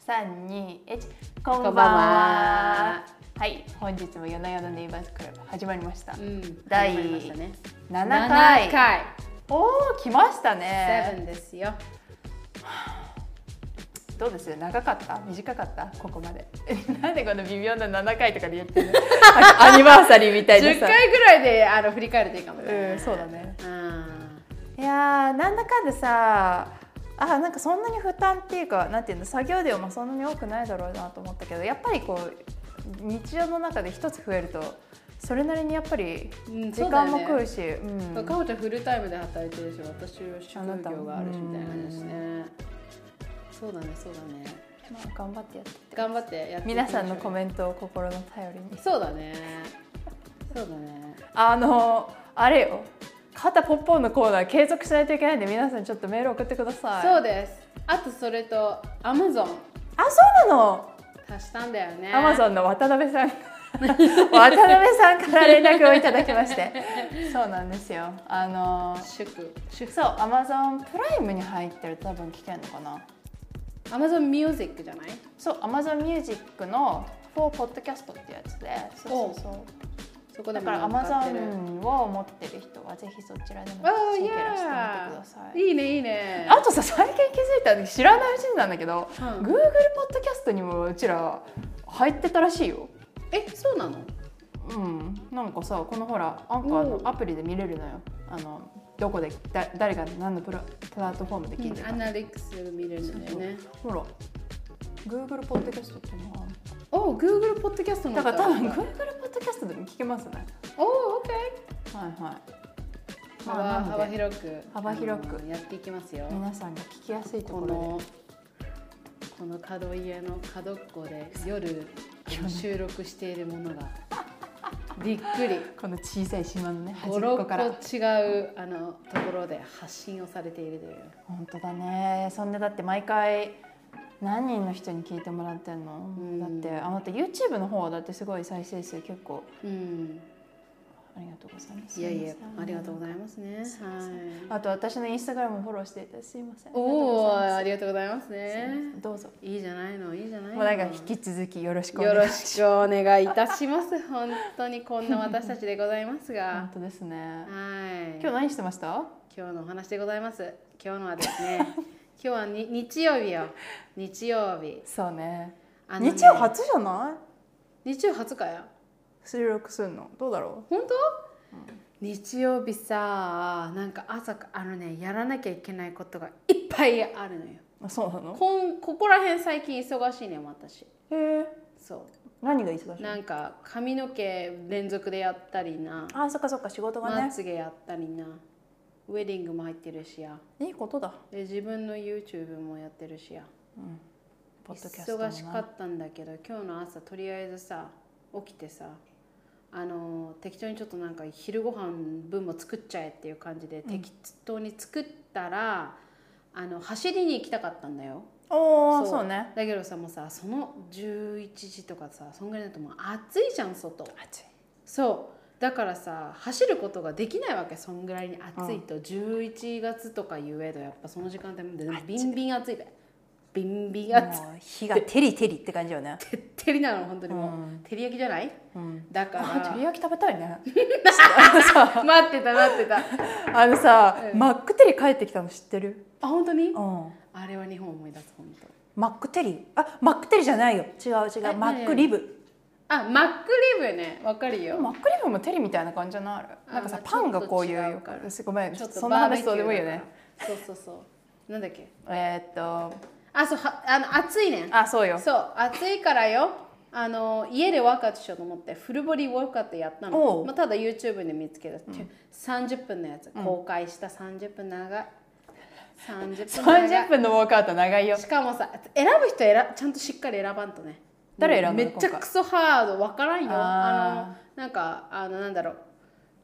三二一ここんんばばんんはは。はい、本日も夜な夜なネイバーズクラブ始まりました。うん第始まりましたね七7回。回おお、来ましたね。 7ですよどうです？長かった？短かった？ここまで。 なんでこの微妙な七回とかで言ってるの？ アニバーサリーみたいな10さ。回ぐらいであの振り返るといいかもねうん、そうだね。うんいやーなんだかんださあーなんかそんなに負担っていうかなんていうの作業量もそんなに多くないだろうなと思ったけどやっぱりこう日常の中で一つ増えるとそれなりにやっぱりうん時間も食うししうんかおちゃんフルタイムで働いてるし私は職業があるしみたいな感じですねそうだねそうだねまあ頑張ってやってって頑張ってやっていきましょう皆さんのコメントを心の頼りにそうだねそうだねあのあれよ肩ポッポンのコーナー継続しないといけないんで皆さんちょっとメール送ってくださいそうですあとそれと Amazon あそうなの足したんだよねアマゾンの渡辺 さん渡辺さんから連絡をいただきましてそうなんですよあの祝そうアマゾンプライムに入ってると多分聞けるのかな Amazon Music じゃないそうアマゾンミュージックの「for ポッドキャスト」ってやつでそうそうそうそこだでもからアマ使ゾってるンを持ってる人はぜひそちらでもチ Oh, ェケラしてみてください yeah. いいねいいねあとさ最近気づいたんだけど知らないうちになんだけど、うん Google ポッドキャストにもうちら入ってたらしいよえそうなのうん、なんかさこのほらアンカーのうんアプリで見れるのよあのどこでだ誰が何のプラプラットフォームで聞いてるアか、ナリクス見れるんだよねほら Google ポッドキャストっていうのはお Google ポッドキャストのだから多分 Google おーポッドキャストでも聞けますね OK はいはい、ま幅あ、な幅ので広く幅広くあのやっていきますよ皆さんが聞きやすいとこころのこの角家の角っこで夜 あの収録しているものがびっくりでこの小さい島のね端っこから56個違うあのところで発信をされているという本当だねそんでだって毎回何人の人に聞いてもらってんの、うんだってあなた YouTube の方はだってすごい再生数結構うんありがとうございますいやいやすませんありがとうございますねすいませはいあと私のインスタグラムフォローしていただいてすいません。おおーあありりがとうございまがすとうございますねどうぞ。いいじゃないのいいじゃないのもうなんか引き続きよろしくおよ願ろいします。しくお願いいたします本当にこんな私たちでございます本が当ですね。は今い日何してました？今日のお話でございます今日のはですね今日はに日曜日よ日曜日そうね。あのね日曜初じゃない？日曜初かよ収録するのどうだろ本当、日曜日さなんか朝かあのねやらなきゃいけないことがいっぱいあるのよう？あそうなの？こんここら辺最近忙しいね私へえ。そ？何が忙しいうなんか髪の毛連続でやったりなあそっかそっか仕事がまね。つげやったりなウェディングも入ってるしやいいことだ。で自分の YouTube もやってるしやポッドキャストもな忙しかったんだけど今日の朝とりあえずさ起きてさあの適当にちょっとなんか昼ご飯分も作っちゃえっていう感じで適当に作ったら、あの走りに行きたかったんだよおおそうね。だけどさもうさその11時とかさそんぐらいだともう暑いじゃん外暑い。そうだからさ走ることができないわけそんぐらいに暑いと、11月とかゆえどやっぱその時間帯もビンビン暑いべビンビン暑いもう火がテリテリって感じよね。てってりなの本当にもう、照り焼きじゃないうん。だかあ照りら焼き食べたいね。待ってた待ってた あのさ、うんマックテリ帰ってきたの知ってる？あ本当にうん。あれは日本思い出す本当マックテリーあマックテリーじゃないよ違う違えうマックリブあマックリブねわかるよマックリブもテリーみたいな感じじゃないあれなんかさあまあパンがこういちょっと違ううからすごめんちょっとその話どうでもいいよバーねベキューだからそうそうそうなんだっけえーっとあそうはあの暑いねんあそうよそう暑いからよあの家でワークアウトしようと思ってフルボディワークアウトやったおの、うまあ、ただ YouTube で見つけた、30分のやつ公開した30分長い30分長30い分のウォークアウト長いよしかもさ選ぶ人選ちゃんとしっかり選ばんとね誰選ぶのめっちゃ今回クソハードわからんよああのなんかあのなんだろう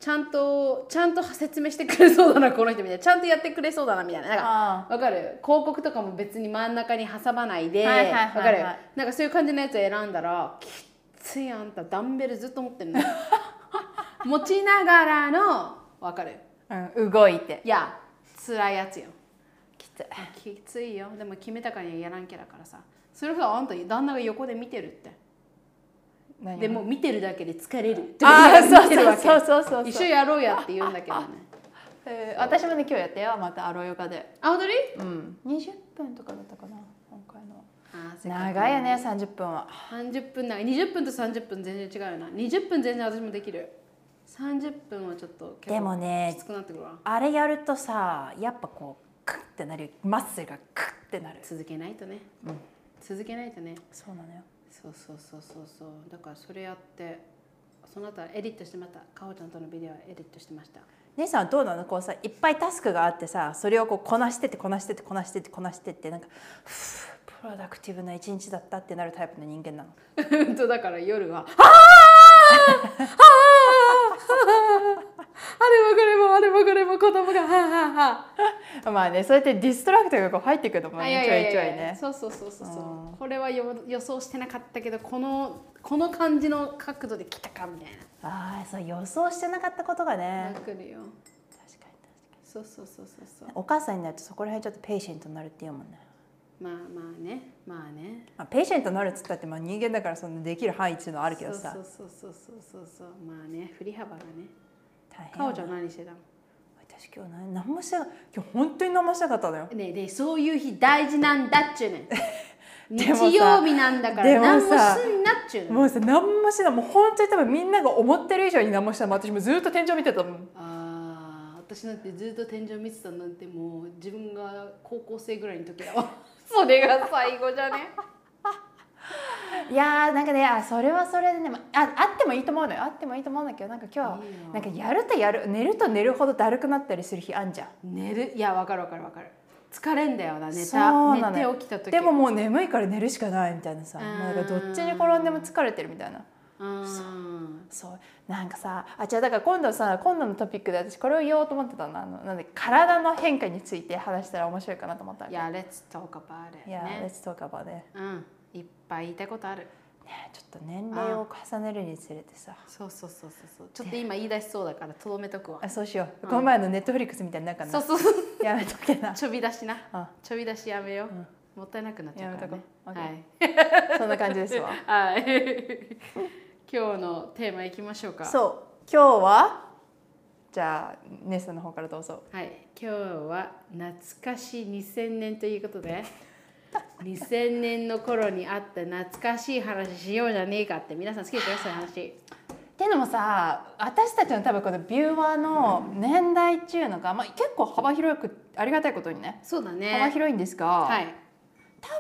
ちゃんとちゃんと説明してくれそうだなこの人みたいなちゃんとやってくれそうだなみたいななんかあわかる広告とかも別に真ん中に挟まないでわ、はいはいはいはいかるなんかそういう感じのやつ選んだらきっついあんたダンベルずっと 持ってるの持ちながらのわかるあ、うん、動いていや辛いやつよきついきついよでも決めたからにはやらんけだからさそれこそあんた旦那が横で見てるって何でもう見てるだけで疲れるあー見てるわけそうそうそうそうそう一緒やろうやって言うんだけど ねえー私もね今日やったよまたアロヨガであ本当にうん20分とかだったかな今回のあーせっかく長いよね30分は30分ない20分と30分全然違うよな20分全然私もできる30分はちょっと結構でもねきつくなってくるわあれやるとさやっぱこうクッてなるよマッスルがクッてなる続けないとね、うん続けないとねそうなのよそうそうそうそうそうだからそれやってその後はエディットしてまたかおちゃんとのビデオはエディットしてました 姉さんはどうなのこうさいっぱいタスクがあってさそれをこうこなしてってこなしてってこなしてってこなしてってなんかふうプロダクティブな一日だったってなるタイプの人間なの本当だから夜 は「あー あーあれもこれもあれもこれも子供がはあはあはあまあねそうやってディストラクトがこう入ってくるもんあいねやちいょやいちいょいやいやねそうそうそうそうそううこれはよ予想してなかったけどこのこの感じの角度で来たかみたいああそう予想してなかったことがな、ね来るよ確かに確そうそうそうそうそうかにお母さんになるとそこら辺ちょっとペーシェントになるっていうもんねまあまあねまあねまあ、ペーシェントになるっつったって、まあ、人間だからそのできる範囲っていうのはあるけどさそうそうそうそうそうそうまあね振り幅がね大変かおちゃんん何してたの私今日何何もしてな今日本当に何もしたかったのよねえねえそういう日大事なんだっちゅうねん 日でもさ曜日なんだかでらも何もさすんなっちゅうねんもうさ何もしてないもう本当に多分みんなが思ってる以上に何もしてない私もずっと天井見てたもんああ私なんてずっと天井見てたなんてもう自分が高校生ぐらいの時だ わそれが最後じゃねいやーなんかねあそれはそれでねまああってもいいと思うのよあってもいいと思うんだけどなんか今日はいいよなんかやるとやる寝ると寝るほどだるくなったりする日あんじゃん寝るいやわかるわかるわかる疲れんだよな寝そうたなのよ寝て起きた時でももう眠いから寝るしかないみたいなさもうなんかどっちに転んでも疲れてるみたいなうんそうなんかさあじゃあだから今度さ今度のトピックで私これを言おうと思ってたのあのなんで体の変化について話したら面白いかなと思ったわいけや let's talk about it いや、ね Let's talk about it ねうんいっぱい言いたいことあるちょっと年齢を重ねるにつれてさそうそうそうそうそうちょっと今言い出しそうだからとどめとくわあそうしよう、うんこの前のネットフリックスみたいになんかそうなそうそうやめとけなちょび出しなあちょび出しやめよう、んもったいなくなっちゃうからねやめとこは OK いそんな感じですわはい。 今日のテーマいきましょうか。そう今日はじゃあ姉さんの方からどうぞはい。今日は懐かしい2000年ということで、2000年の頃にあった懐かしい話しようじゃねえかって皆さん好きですよそういう話。っていうのもさ私たちの多分このビューワーの年代っていうのが、まあ、結構幅広くありがたいことにねそうだ幅ね。広いんですが、はい。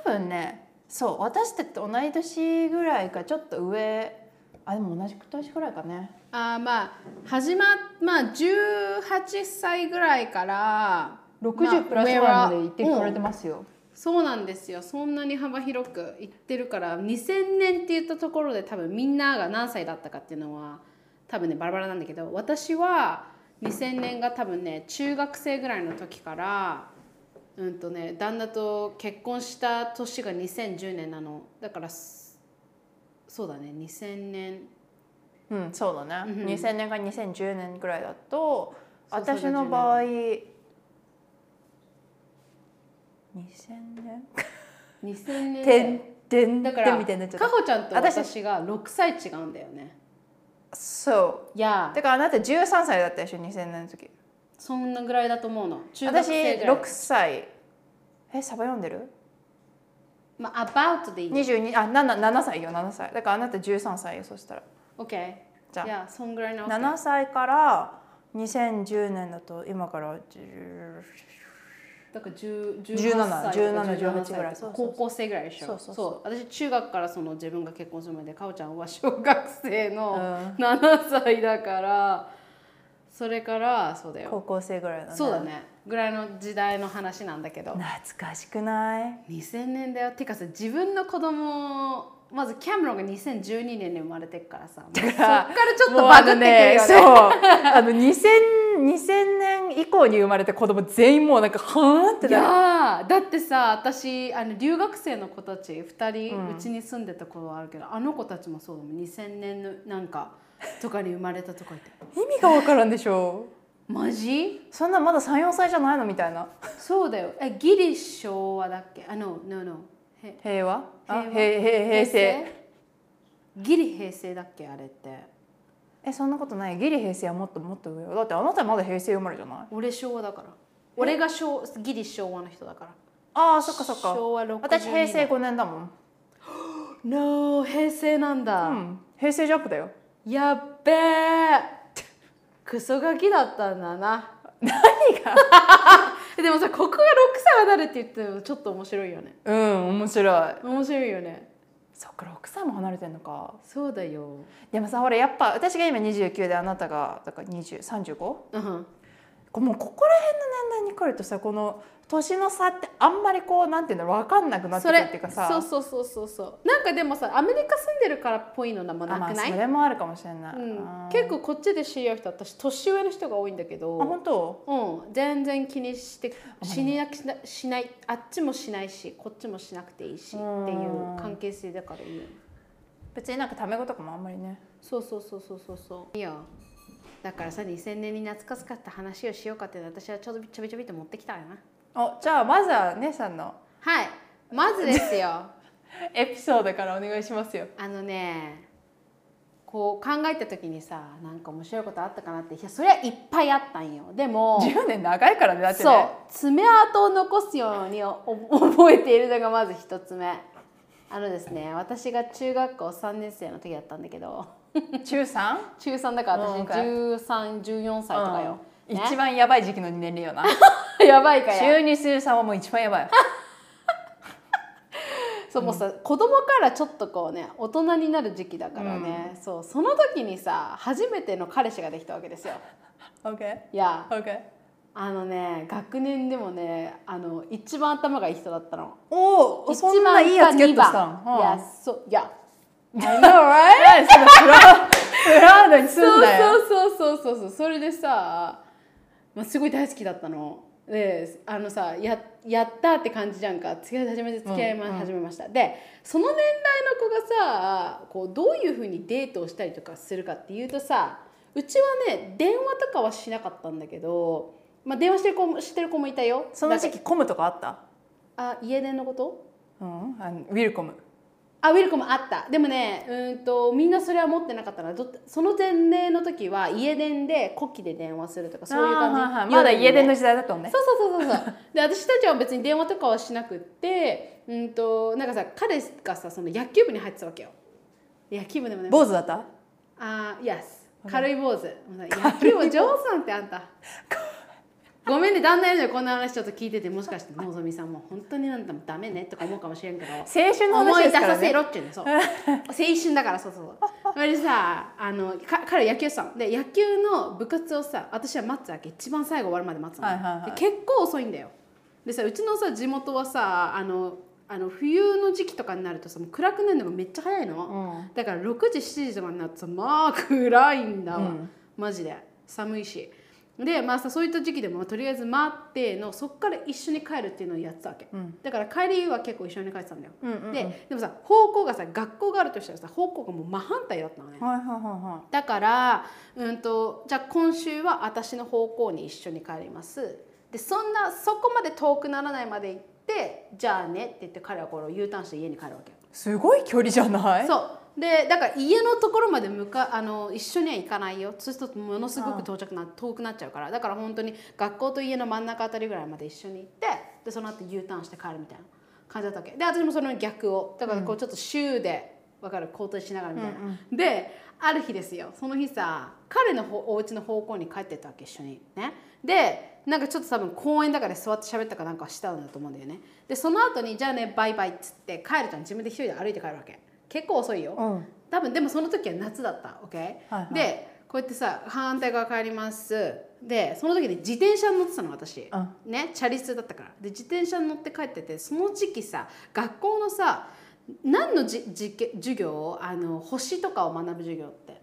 多分ねそう私たちと同い年ぐらいかちょっと上あでも同じ年ぐらいかねあーまあ始まっまあ18歳ぐらいから。まあ60プラスぐらいまで行ってこられてますよ、そうなんですよそんなに幅広くいってるから2000年って言ったところで多分みんなが何歳だったかっていうのは多分ねバラバラなんだけど私は2000年が多分ね中学生ぐらいの時からうんとね旦那と結婚した年が2010年なのだからすそうだね2000年うんそうだね、うんうん2000年から2010年ぐらいだとそう私の場合2000年2000年てんてんてんみだかたいらになっちゃっかほちゃんと私私が6歳違うんだよねたそいやうーだからあなた13歳だったでしょ2000年の時そんなぐらいだと思うの中学私生ぐらい6歳えサバ読んでるまあ、about でいい。 22あ 7, 7歳よ7歳だからあなた13歳よそしたら OK。じゃあいや、そんぐらいの。 7歳から2010年だと今から10だから10 17 18歳17 18 17歳ぐらいそうそうそう高校生ぐらいでしょ。そうそうそう私、中学からその自分が結婚するまで、かおちゃんは小学生のう7歳だから、それから、そうだよ。高校生ぐらいだねそうだね。ぐらいの時代の話なんだけど。懐かしくない2000年だよ。てかさ、自分の子供、まずキャメロンが2012年に生まれてっからさ、もうそっからちょっとバグってくもうるよね。あのねそうあの 2000, 2000年以降に生まれた子供全員もうなんかはーんっていなるやーだってさ私あの留学生の子たち2人うんうち、に住んでた子はあるけどあの子たちもそうだもん2000年のなんかとかに生まれたとか言って意味がわからんでしょマジそんなまだ34歳じゃないのみたいなそうだよえギリ昭和だっけあの no no へ平和あ平和へへ平成ギリ平成だっけあれってえそんなことないギリ平成はもっともっと上よだってあなたまだ平成生まれじゃない俺昭和だから俺が昭ギリ昭和の人だからああそっかそっか昭和62私平成5年だもん No 平成なんだ、うん平成ジャンプだよやっべえクソガキだったんだな何が でもさここが6歳離れって言ってもちょっと面白いよねうん面白い面白いよねそっか6歳も離れてんのかそうだよでもさほらやっぱ私が今29であなたがだから20 35こうんうもうここら辺の年代に来るとさこの年の差ってあんまりこうなんていうの分かんなくなってそくるれっていうかさそうそうそうそうそうなんかでもさアメリカ住んでるからっぽいのもあなまくあない、それもあるかもしれない、うんあー、結構こっちで知り合う人私年上の人が多いんだけあど本当うん、全然気にしてしになくしなしないあっちもしないしこっちもしなくていいしっていう関係性だからいいよね別になんかタメ語とかもあんまりねそうそうそうそうそうそういやだからさ2000年に懐かしかった話をしようかって私はちょっとちょびちょびっと持ってきたよなおじゃあまずは姉さんのはいまずですよエピソードからお願いしますよ あのねこう考えた時にさなんか面白いことあったかなっていやそりゃいっぱいあったんよでも10年長いからねだってねそう爪痕を残すようにおお 覚えているのがまず一つ目あのですね私が中学校3年生の時だったんだけど中 3? 中3だからう私ん1314歳とかよ、うんね一番やばい時期の年齢よ なやばいから中2する3はもう一番やばいそうもうさ、子供からちょっとこうね大人になる時期だからね、そうその時にさ初めての彼氏ができたわけですよ OKOK いやあのね学年でもねあの一番頭がいい人だったのおお一そんないいやつゲットしたん、番か二番いやそういや I know right? そのフラフラードにすそんうだよそうそうそうそうそうそれでさ、まあ、すごい大好きだったのであのさややったって感じじゃんか付き合い始めて付き合いま、始めましたでその年代の子がさこうどういうふうにデートをしたりとかするかっていうとさうちはね電話とかはしなかったんだけど、まあ、電話してる子もしてる子もいたよその時期期コムとかあったあ家電のことうんあのウィルコムあウィルコムあったでもねうーんとみんなそれは持ってなかったなどその前例の時は家電で呼気で電話するとかそういう感じ、あーはいはいまだ家電の時時代だったもん代ねそうそうそうそうそうで私たちは別に電話とかはしなくってうーんとなんかさ彼がさその野球部に入ってたわけよ野球部でもね坊主だったああイエス軽い坊主もうさ野球部上手なんてあんた ごめんね旦那やのにこんな話ちょっと聞いててもしかしてのぞみさんも本当になんたもダメねとか思うかもしれんけど青春の思い話で出すからさせねろっていうのそう 青春だからそうそうそうそれでさあのか彼野球さんで野球の部活をさ私は待つわけ一番最後終わるまで待つの、はいはいはいで結構遅いんだよでさうちのさ地元はさあのあの冬の時期とかになるとさもう暗くなるのがめっちゃ早いの、うんだから6時7時とかになってさまあ暗いんだわ、うんマジで寒いしでまあさそういった時期でもまあとりあえず待ってのそっから一緒に帰るっていうのをやってたわけ、うんだから帰りは結構一緒に帰ってたんだよ、うんうんうんででもさ方向がさ学校があるとしたらさ方向がもう真反対だったのねはいはいはだから、うん、とじゃあ今週は私の方向に一緒に帰りますでそんなそこまで遠くならないまで行ってじゃあねって言って彼はこれを U ターンして家に帰るわけよいすごい距離じゃないそうでだから家のところまで向かあの一緒には行かないよそうするとものすごく到着な遠くなっちゃうからだから本当に学校と家の真ん中あたりぐらいまで一緒に行ってでその後 U ターンして帰るみたいな感じだったわけで私もその逆をだからこうちょっと週で分かる交代しながらみたいな、である日ですよその日さ彼のほお家の方向に帰ってったわけ一緒にねでなんかちょっと多分公園だから座って喋ったかなんかしたんだと思うんだよねでその後にじゃあねバイバイっつって帰るじゃん自分で一人で歩いて帰るわけ結構遅いよ、うん多分でもその時は夏だった、OK はいでこうやってさ反対側帰りますでその時に自転車に乗ってたの私、ねチャリ通だったからで自転車に乗って帰っててその時期さ学校のさ何のじじけ授業あの星とかを学ぶ授業って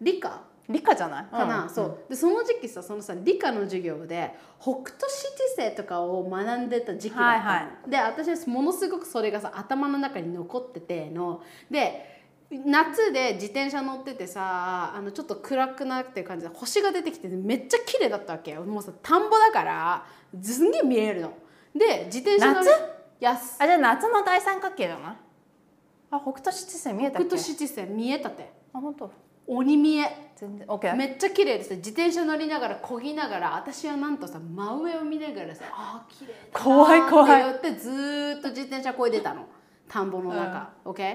理科理科じゃないかな、うんそうでその時期さそのさ理科の授業で北斗七星とかを学んでた時期だったの、はいはで私はものすごくそれがさ頭の中に残っててので夏で自転車乗っててさあのちょっと暗くなってる感じで星が出てきてめっちゃ綺麗だったわけよもうさ田んぼだからすんげえ見えるので自転車乗り夏安あじゃあ夏の大三角形だなあ北斗七星見えたっ北け斗七星見えたってあ本当鬼見え全然 OK めっちゃ綺麗でさ自転車乗りながら漕ぎながら私はなんとさ真上を見ながらさあー綺麗だなー怖い怖いって言ってずーっと自転車漕いでたの田んぼの中、オッ OK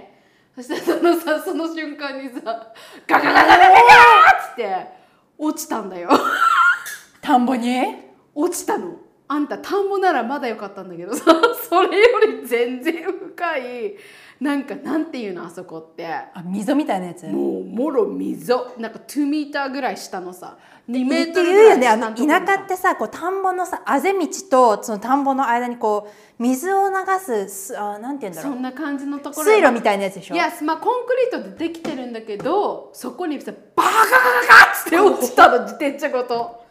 そしてそのさその瞬間にさガガガガガガガーっつって落ちたんだよ田んぼに落ちたのあんた田んぼならまだよかったんだけどさ それより全然深いなんかなんていうのあそこってあ溝みたいなやつもうもろ溝なんか2メーターぐらい下のさ2メーってトル言うぐらよいねあの下のところに田さ舎ってさこう田んぼのさあぜ道とその田んぼの間にこう水を流すすあなんて言うんだそろうんな感じのところ水路みたいなやつでしょいやまあコンクリートでできてるんだけどそこにさバカガガガッって落ちたの自転車ごと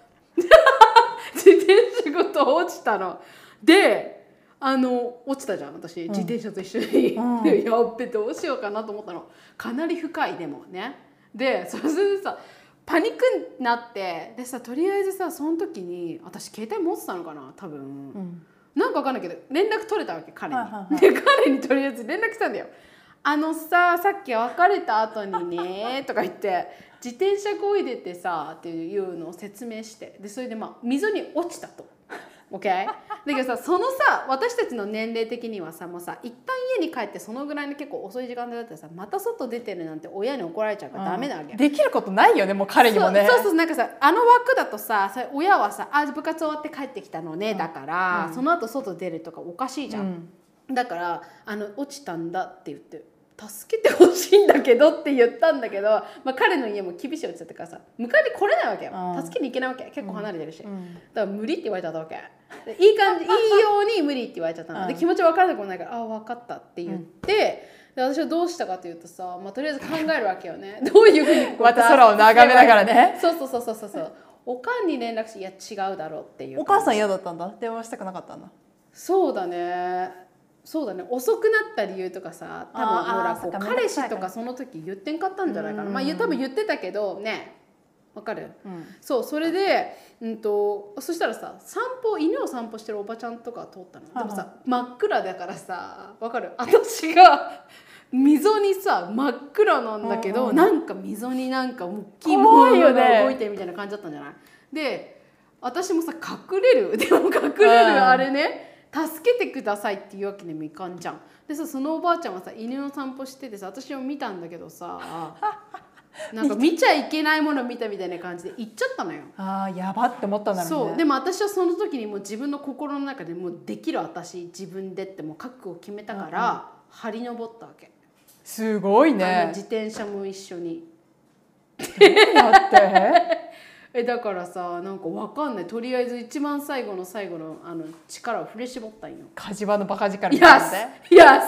自転車ごと落ちたのであの落ちたじゃん私自転車と一緒に、うんでやっべどうしようかなと思ったのかなり深いでもねでそれでさパニックになってでさとりあえずさその時に私携帯持ってたのかな多分、うんなんかわかんないけど連絡取れたわけ彼に、はいはいはい で彼にとりあえず連絡したんだよ「あのささっき別れた後にね」とか言って「自転車こいでてさ」っていうのを説明してでそれでまあ溝に落ちたと。OK? だけどさそのさ私たちの年齢的にはさもうさ一旦家に帰ってそのぐらいの結構遅い時間帯だったらさまた外出てるなんて親に怒られちゃうからダメなわけ、できることないよねもう彼にもねそうそうそうなんかさあの枠だとささ親はさあ部活終わって帰ってきたのねだから、うんその後外出るとかおかしいじゃ、うんんだからあの落ちたんだって言って助けてほしいんだけどって言ったんだけど、まあ、彼の家も厳しい落ちだったからさ迎えに来れないわけよ、うん助けに行けないわけ結構離れてるし、うんだから無理って言われちゃったわけでい い感じいいように無理って言われちゃったの、でうん気持ち分からなくもないから「あ分かった」って言って、で私はどうしたかというとさ、まあ、とりあえず考えるわけよねどういうふうにこうまた空を眺めながらねそうそうそうそうそうそうおかんに連絡して「いや違うだろ」っていうお母さん嫌だったんだ電話したくなかったんだそうだねそうだね遅くなった理由とかさ多あー分ほらあーこうそっか彼めんどくさ氏いかとらかその時言ってんかったんじゃないかなうんまあ言う多分言ってたけどねわかるうんそうそれで、うん、とそしたらさ散歩犬を散歩してるおばちゃんとか通ったのでもはさ真っ暗だからさわかる私が溝にさ真っ暗なんだけうんど、うんなんか溝になんか大きい怖もいよのねが動いてるみたいな感じだったんじゃないで私もさ隠れるで も隠れるうんあれね助けてくださいっていうわけにもいかんじゃんでさそのおばあちゃんはさ犬の散歩しててさ私を見たんだけ どさなんか見ちゃいけないもの見たみたいな感じで行っちゃったのよああやばって思ったんだろうねそうでも私はその時にもう自分の心の中でもうできる私自分でってもう覚悟を決めたから、張り登ったわけ、すごいあのね自転車も一緒に だって えだからさなんかわかんないとりあえず一番最後の最後のあの力を振り絞ったんよ火事場のバカ力みたいヤなねスヤ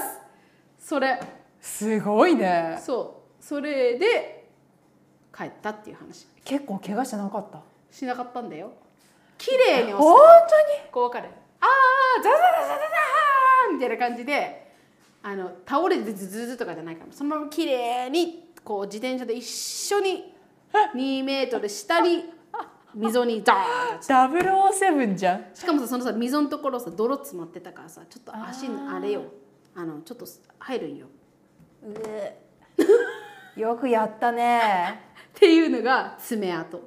スそれすごいねそうそれで帰ったっていう話結構怪我してなかったしなかったんだよ綺麗に押本す当にこうわかるあーザザザザザザーみたいな感じであの倒れてズズズズとかじゃないからそのまま綺麗にこう自転車で一緒に2メートル下に溝にザーン007じゃんしかもさそのさ溝のところさ泥詰まってたからさちょっと足のあれよあのちょっと入るんよよくやったねっていうのが爪痕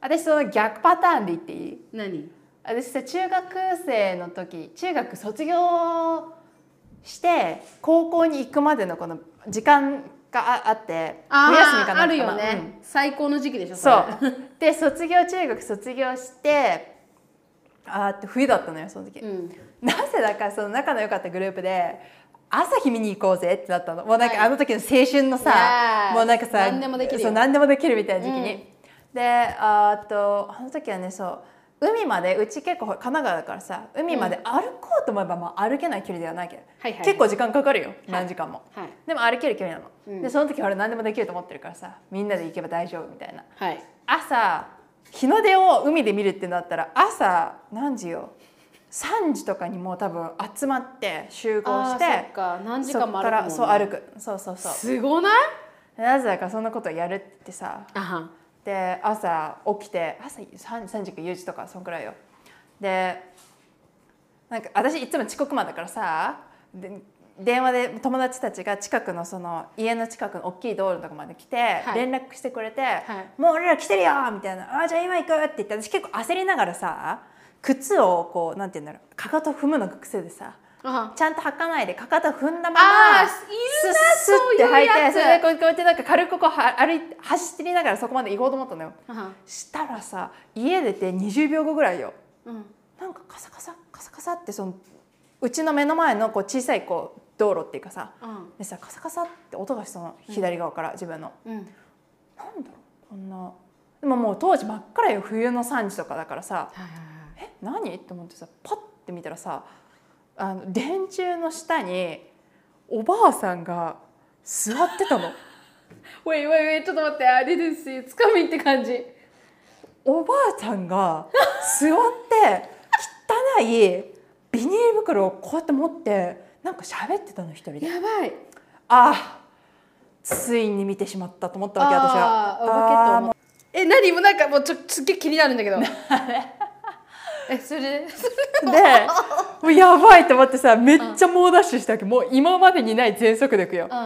私その逆パターンで言っていい何私さ中学生の時中学卒業して高校に行くまでのこの時間がああってあー冬休みかなあるようんね、最高の時期でしょそれう で卒業中学卒業してあーって冬だったのよその時、うん、なぜだかその仲の良かったグループで朝日見に行こうぜってなったのもうなんはいかあの時の青春のさ、 Yes もうなんかさ何でもできるよそう何でもできるみたいな時期に、であーっとあの時はねそう海までうち結構神奈川だからさ海まで歩こうと思えば、まあ、歩けない距離ではないけど、はいはい結構時間かかるよ、何時間もはいでも歩ける距離なの、うんでその時俺何でもできると思ってるからさみんなで行けば大丈夫みたいなはい朝日の出を海で見るってなったら朝何時よ3時とかにもう多分集まって集合あしーそってか何時そ間っも歩かくもんらそう歩くそうそうそうすごないなぜだかそんなことをやるってさあはで朝起きて朝3時3時か4時とかそんくらいよでなんか私いつも遅刻魔だからさで電話で友達たちが近くのその家の近くの大きい道路のとこまで来て、い連絡してくれて、いもう俺ら来てるよ!」みたいな「あーじゃあ今行く!」って言って私結構焦りながらさ靴をこうなんて言うんだろうかかと踏むのが癖でさあちゃんと履かないでかかと踏んだままあーいるなスッスッってそうい履ういやてつそれでこうこうやってなんか軽くこうは歩い走りながらそこまで行こうと思ったのよあしたらさ家出て20秒後ぐらいようんなんかカサカサカサカサってそのうちの目の前のこう小さいこう道路っていうかさうんでさカサカサって音がしたの左側から自分の、うんなんだろうこんなでももう当時真っ暗よ冬の3時とかだからさはいはい「え何?」って思ってさパッて見たらさあの電柱の下におばあさんが座ってたのはい wait wait wait ちょっと待ってあれですよつかみって感じおばあさんが座って汚いビニール袋をこうやって持ってなんか喋ってたの一人で。やばいああついに見てしまったと思ったわけ私はあーお化けとあーも思うえ何もうなんかもうちょすっげえ気になるん だけどえそれでそうれでもうやばいと思ってさめっちゃ猛ダッシュしたわけもう今までにない全速力ようん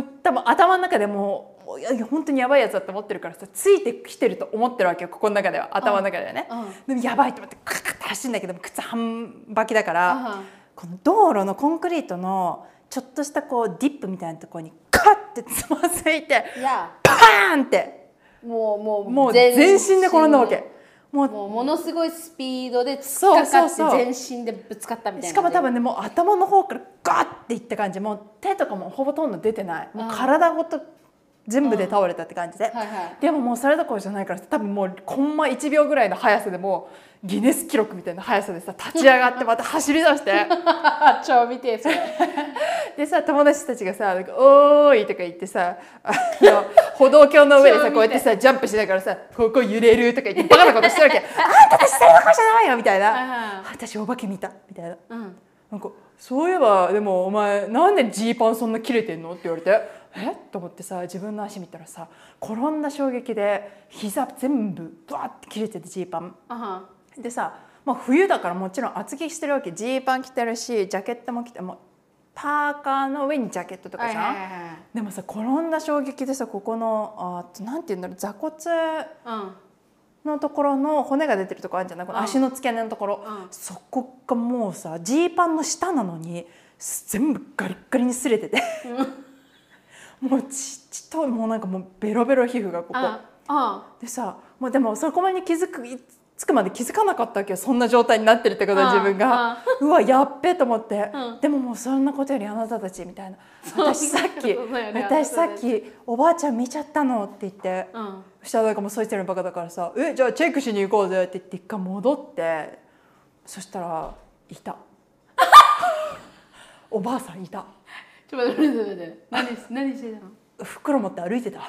もう多分頭の中でもうもういやいや本当にやばいやつだと思ってるからさついてきてると思ってるわけよここの中では頭の中ではね、でもやばいと思ってカッカッて走るんだけど靴半履きだから、あこの道路のコンクリートのちょっとしたこうディップみたいなところにカッてつまずい ていやパーンってもうもうもう全身で転んだわけもうもうものすごいスピードで突そうっかかそうそってう全身でぶつかったみたいなしかも多分ねもう頭の方からガッていった感じもう手とかもほぼとんど出てないもう体ごと全部で倒れたって感じで、はいはいでももうそれどころじゃないから多分もうコンマ1秒ぐらいの速さでもうギネス記録みたいな速さでさ立ち上が ってまた走り出して超見てそれ でさ友達たちがさ「おーい」とか言ってさあ の歩道橋の上で超さ見てこうやってさジャンプしながらさ「ここ揺れる」とか言ってバカなことしてるわ け「あんたたちそれどころじゃないよ」みたいはいなは「私お化け見た」みたいな。いうんなんかそういえばでもお前なんでジーパンそんな切れてんのって言われてえと思ってさ自分の足見たらさ転んだ衝撃で膝全部バーって切れててジーパンあはでさ、まあ、冬だからもちろん厚着してるわけジーパン着てるしジャケットも着てもうパーカーの上にジャケットとかはじゃいん、はいはでもさ転んだ衝撃でさここのあーなんて言うんだろう座骨いうんのところの骨が出てるとこあるんじゃないこのうん足の付け根のところ、うんそこがもうさジーパンの下なのにす全部ガリッガリに擦れてて、 もうちちっともうなんかもうベロベロ皮膚がここああでさもうでもそこまで気づくいつくまで気づかなかったわけよそんな状態になってるってことはう自ん分がうわやっべと思って、うんでももうそんなことよりあなたたちみたいなそう私さっき そうだよね私さっあなたたきおばあちゃん見ちゃったのって言って。うんそしたらなんかもうそうしてるのバカだからさ「えじゃあチェックしに行こうぜ」って言って一回戻ってそしたらい たおばあさんいたちょっと待って待って待って何何してたの袋持って歩いてた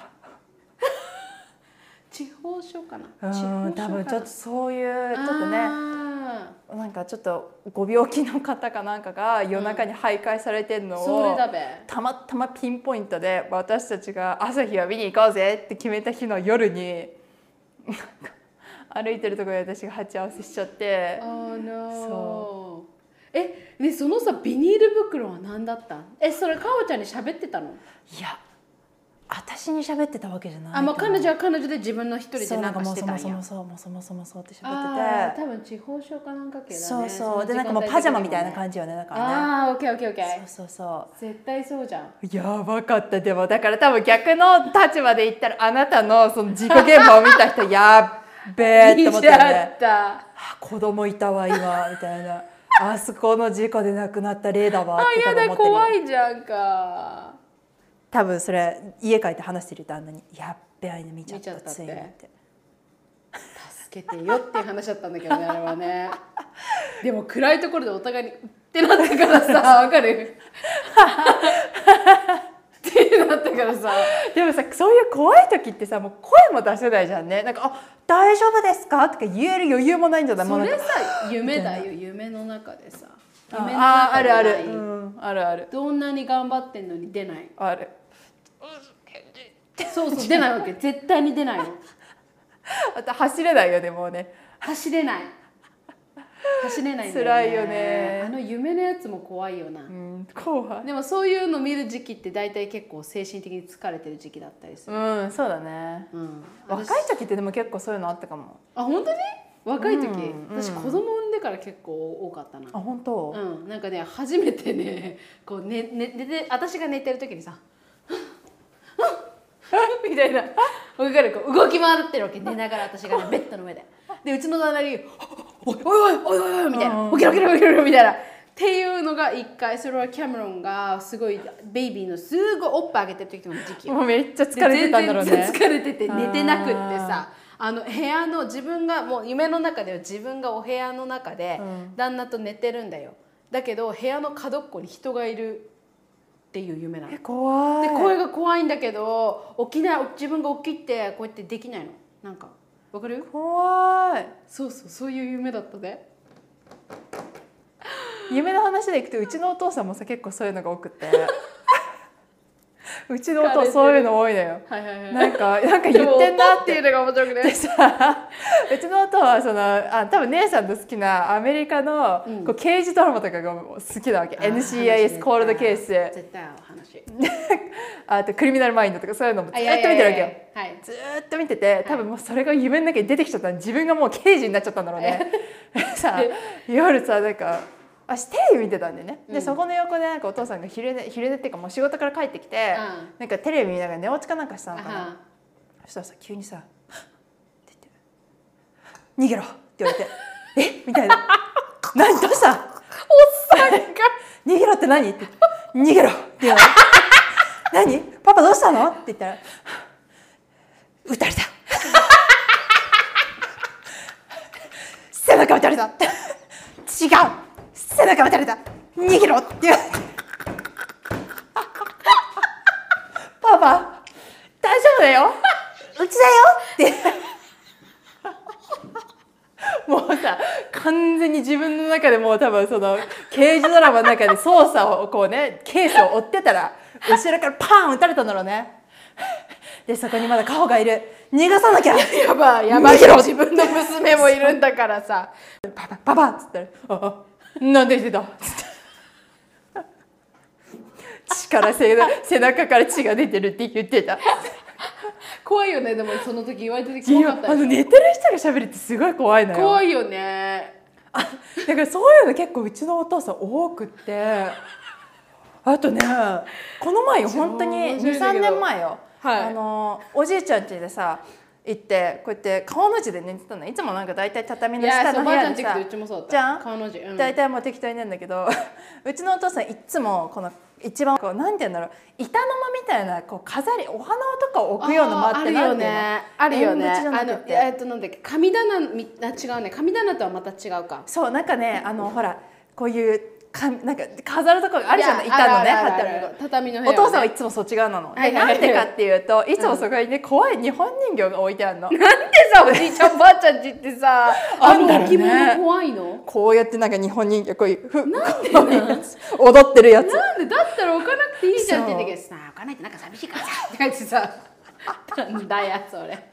地方症かなう地方ー症ん多分かなちょっとそういうちょっとねあなんかちょっとご病気の方かなんかが夜中に徘徊されてるのーそれをだべたまたまピンポイントで私たちが朝日を見に行こうぜって決めた日の夜になんか歩いてるところで私が鉢合わせしちゃって。 Oh no そえねそのさビニール袋は何だったんえそれかおちゃんに喋ってたのいや私に喋ってたわけじゃないあもう彼一女は彼女で自分の一人でなんかしてたんそうやなんかもうそもそもそうもうそもそもそうって喋あっー多分地方症かなんかて系てだねそうのそう時でな間んかもう帯的にパジャマみたいな感じよねだからねああオッケーオッケーオッケそうーそうそ絶対そうじゃんうやばかったでもだから多分逆の立場で言ったらあなたのその事故現場を見た人やっべえって思ったよ 見ねちゃったあ子供いたわ今みたいなあそこの事故で亡くなった例だわっあて多や分思だってるよ怖いじゃんか多分それ家帰って話してるとあんなにやっべあいの見ちゃった見ちゃったってついにって助けてよっていう話だったんだけどねあれはねでも暗いところでお互いにってなったから さわかる ってなったからさでもさそういう怖い時ってさもう声も出せないじゃんねなんか「あ大丈夫ですか?」とか言える余裕もないんじゃないもそなうんれかさ夢だよ夢の中でさ夢の中であああるある、なういん、あるあるどんなに頑張ってんのに出ないあるそうそう出ないわけ絶対に出ないのあと走れないよねもうね走れない走れないんだよね辛いよねあの夢のやつも怖いよな、うん怖いでもそういうの見る時期って大体結構精神的に疲れてる時期だったりする、うんそうだねうん若い私時ってでも結構そういうのあったかもあ本当に若い時、うんうん私子供産んでから結構多かったなあ本当、うん、なんかね初めてね こう寝寝寝て私が寝てる時にさ 「みたいなわかるこう動き回ってるわけ寝ながら私が、ね、ベッドの上ででうちの旦那に「おいおいおいおいおいおい」みたいうんなうん「起きろ起きろ起きろ」みたいな。っていうのが一回それはキャメロンがすごいベイビーのすごいおっぱいあげてる時の時期よもうめっちゃ疲れてたんだろうで全ね然疲れてて寝てなくってさあの部屋の自分がもう夢の中では自分がお部屋の中でうん旦那と寝てるんだよだけど部屋の角っこに人がいるっていう夢なのえで怖い声が怖いんだけど起きない自分が起きてこうやってできないのなんかわかる怖いそうそうそういう夢だったね夢の話でいくとうちのお父さんもさ結構そういうのが多く てうちのお疲れ父さてるんそういうの多いのよはいはいはいなんかなんか言ってんなっていうのが面白くでさうちの弟はそのあ多分姉さんの好きなアメリカの、うんこう刑事ドラマとかが好きなわけ NCIS コールドケース絶対合う話あとクリミナルマインドとかそういうのもずっと見てるわけよはいずーっと見てて多分もうそれが夢の中に出てきちゃったの自分がもう刑事になっちゃったんだろうね さ夜さなんかあしテレビ見てたんだよね、うでんそこの横でなんかお父さんが昼寝昼寝っていうかもう仕事から帰ってきて、うんなんかテレビ見ながら寝落ちかなんかしたあのかな、はそしたらさ急にさ「はっ」って言って「逃げろ」って言われて「えみたい な「何どうした?」おっさんが「逃げろって何?」って「逃げろ」って言われて「何パパどうしたの?」って言ったら「撃たれた」「背中撃たれた」って「違う背中撃たれた逃げろ」って言われて 「パパ大丈夫だよ うちだよってもうさ完全に自分の中でもう多分その刑事ドラマの中で捜査をこうねケースを追ってたら後ろからパーン撃たれたんだろうねでそこにまだカホがいる逃がさなきゃ やばいやばい逃げろ自分の娘もいるんだからさパパパパっつったら「ああなんで言ってた?」っつって血から背 中背中から血が出てるって言ってた怖いよねでもその時言われててい怖やかっあたでしのょ寝てる人が喋るってすごい怖いのよ怖いよねあ だからそういうの結構うちのお父さん多くってあとねこの前よ本当に面白いんだ23けど年前よ、はいあのおじいちゃん家でさ行ってこうやって顔の字で寝てたのいつもなんか大体畳いの下やのそう部ばあちゃ屋んでち行さくとうちもそうだったじゃん顔の字、うん、大体もう適当に寝るんだけど うちのお父さんいっつもこの一番こうなんて言うんだろう板の間みたいなこう飾りお花とかを置くような間あっーてあるなよんていうのねあるよね縁口じゃなあくのてえっとなんだっけ神棚みあ違うね神棚とはまた違うかそうなんかねあのほらこういうかなんか飾るとこがあるじゃないい板やのねある貼っあるあてるあるとこ畳の部屋、おね、父さんはいつもそっち側なの。はでいはいはないんでかっていうといつもそこにね怖い日本人形が置いてあるの。なんでさおじいち ゃんばあちゃんちってさああんのだろうね置物怖いのこうやってなんか日本人形こういうふこういうやつ踊ってるやつ。なんでだったら置かなくていいじゃんって言うんだけどさ置かないってなんか寂しいからさって書いてさなんだやそれ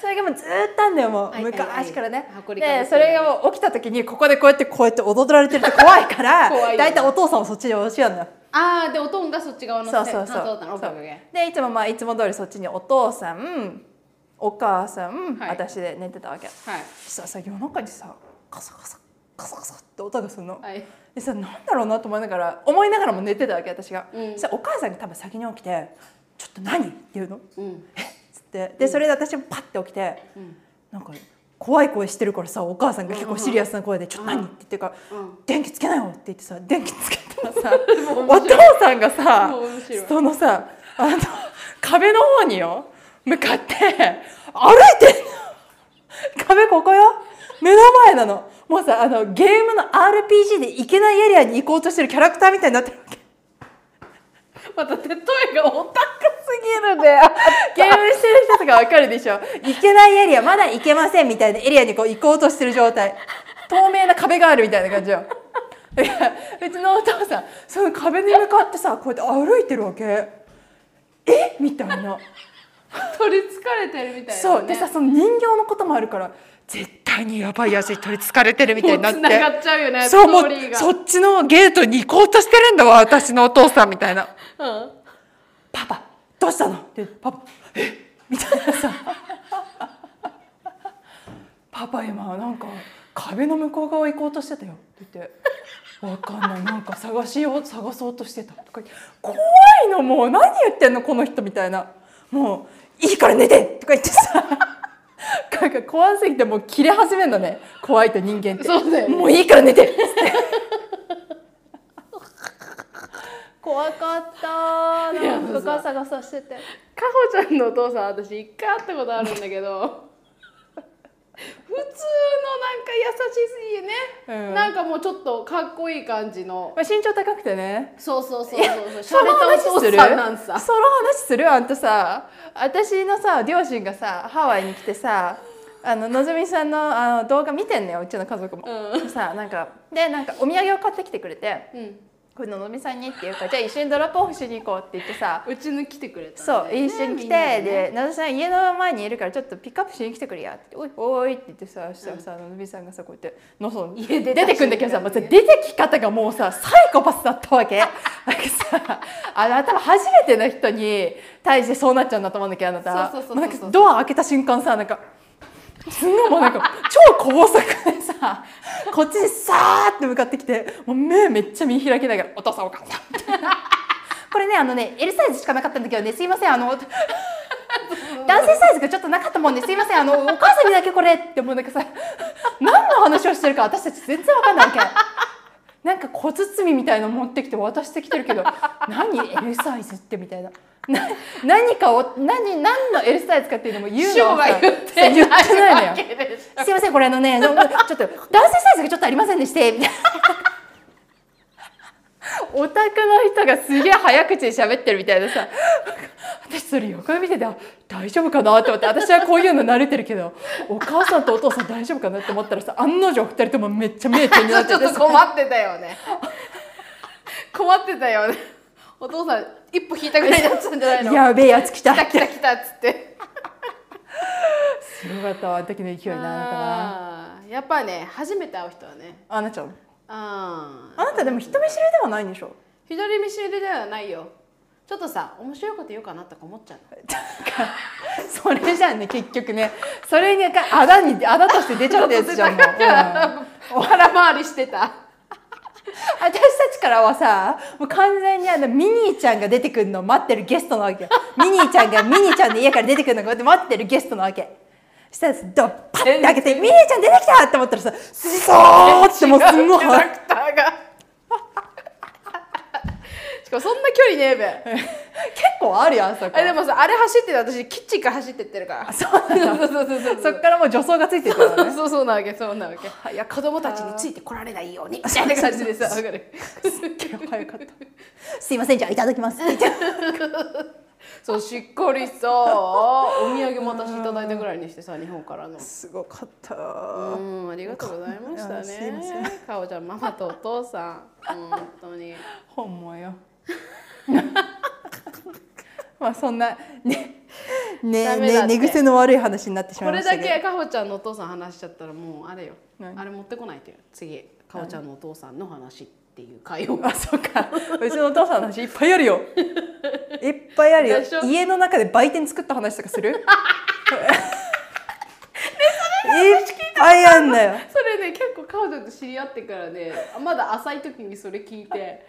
それがもうずーっとあんだよもうはいはいはい昔からね。箱にかぶってでるそれがもう起きた時にここでこうやってこうやって踊られてると怖いか怖いらよね大体お父さんもそっちに押しやんのよ。ああでおとんがそっち側のそうそうそう担当だったのオッケーオッケーオッケーでいつもまあいつも通りそっちにお父さんお母さん、はい私で寝てたわけ。はい。ささ夜中にさカサカサカサカサって音がするの、はい。でさなんだろうなと思いながら思いながらも寝てたわけ私が、うんそしたらお母さんが多分先に起きて「ちょっと何?」って言うのつうん。ってでそれで私もパッて起きて、うん。なんか怖い声してるからさお母さんが結構シリアスな声で「ちょっと何?」って言ってるからうん「電気つけなよ」って言ってさ電気つけたらさ もうお面父白さんがさもう面白いそのさあの壁の方によ向かって歩いてんの壁ここよ目の前なのもうさあのゲームの RPG で行けないエリアに行こうとしてるキャラクターみたいになってるわけまた手っ取りがオタクすぎるで ゲームしてる人とかわかるでしょ行けないエリアまだ行けませんみたいなエリアにこう行こうとしてる状態透明な壁があるみたいな感じよいやうちのお父さんその壁に向かってさこうやって歩いてるわけえみたいな取りつかれてるみたいな、ね。そうでさその人形のこともあるから絶対対にやばい痩せ取り疲れてるみたいになっもう繋てがっちゃうよねそうもスうトーリーがそっちのゲートに行こうとしてるんだわ私のお父さんみたいなうん「パパどうしたの?」って「パパえみたいなさ 「パパ今なんか壁の向こう側行こうとしてたよ」って言って「わかんないなんか探しよう探そうとしてた」とか言って「怖いのもう何言ってんのこの人」みたいな「もういいから寝て」とか言ってさ。 なんか怖すぎてもう切れ始めるのね怖いと人間ってそうだよねもういいから寝てっつって怖かったいやなんかガサガサしててかほちゃんのお父さん私一回会ったことあるんだけど普通のなんか優しいね、うんなんかもうちょっとかっこいい感じのまあ身長高くてねそうそうそうそうその話おす父るさんなんさその話するあんたさ私のさ両親がさハワイに来てさあののぞみさんのあの動画見てんのようちの家族も。うさなんかでなんかお土産を買ってきてくれてん、うん、 「これのぞみさんに」っていうから「じゃあ一緒にドロップオフしに行こう」って言ってさうちに来てくれたんだそようね一緒に来て、みんなで「なずさん家の前にいるからちょっとピックアップしに来てくれや」って「おいおい」って言ってさそしたらさ、のぞみさんがさこうやってのそ家出出たてくんだけどさ、瞬も間ねうさ出てき方がもうさサイコパスだったわ けなんかさあの頭初めての人に対してそうなっちゃうんだと思うんだけどあなたそうそうそうそうなんかドア開けた瞬間さなんかすんごいもうなんか超高速でさこっちにさーって向かってきてもう目めっちゃ見開きながら「お父さんお母さん」みたいな これねあのね L サイズしかなかったんだけどねすいませんあの男性サイズがちょっとなかったもんですいませんあ のお母さんにだけこれってもうなんかさ何の話をしてるか私たち全然わかんないわけなんか小包みたいの持ってきて渡してきてる けど何 L サイズってみたいなな何かを何何の L サイズかっていうのも言う師の匠をがさ言って言ってないのよわけでしょすいませんこれあのねのちょっと男性サイズがちょっとありませんでしてみたいなオタクの人がすげえ早口で喋ってるみたいなさ私それ横見ててあ大丈夫かなと思って私はこういうの慣れてるけどお母さんとお父さん大丈夫かなって思ったらさ案の定二人ともめ っちゃ目点になってちょてっとさ困ってた よね困ってたよねお父さん一歩引いたぐらいだったんじゃないのやべえやつ来た来たって来た来たっつってすごかったわあの時の勢いなあなたなあーやっぱね初めて会う人はねあなちゃんああなたでも人見知りではないんでしょ左見知りではないよちょっとさ面白いこと言うかなとか思っちゃうの それじゃんね結局ねそれにあだにあだとして出ちゃったやつじゃんもう、うん 腹回りしてた私たちからはさもう完全にあのミニーちゃんが出てくるのを待ってるゲストなわけよミニーちゃんがミニーちゃんの家から出てくるのをこうやって待ってるゲストなわけしたらさドッパッて開けて「ミニーちゃん出てきた!」って思ったらさ「すそー!」ってもうすんごいキャラクターがしかもそんな距離ねえべ結構あるよあそこあでもさあれ走ってて私キッチンから走ってってるからそう そうそうそうそうそっからもう助走がついてるからね そうそうなわけそうなわけいや子供たちについてこられないようにみたいな感じで さわかる早かった「すいませんじゃあいただき ます」って言ってそうしっかりさお土産も私いただいたぐらいにしてさ日本からのすごかったうんありがとうございましたあすいませねかおちゃんママとお父さん本当に本もよ まあそんなねねダメだっねて寝癖の悪い話になってしまこいまれしただけどけかほちゃんのお父さん話しちゃったらもうあれよ何あれ持ってこないとよ次かほちゃんのお父さんの話っていう会をあそうかうちのお父さんの話いっぱいある よいっぱいあるよでしょ家の中で売店作った話とか するねいっぱいあんだよそれね結構彼女と知り合ってからねまだ浅い時にそれ聞いて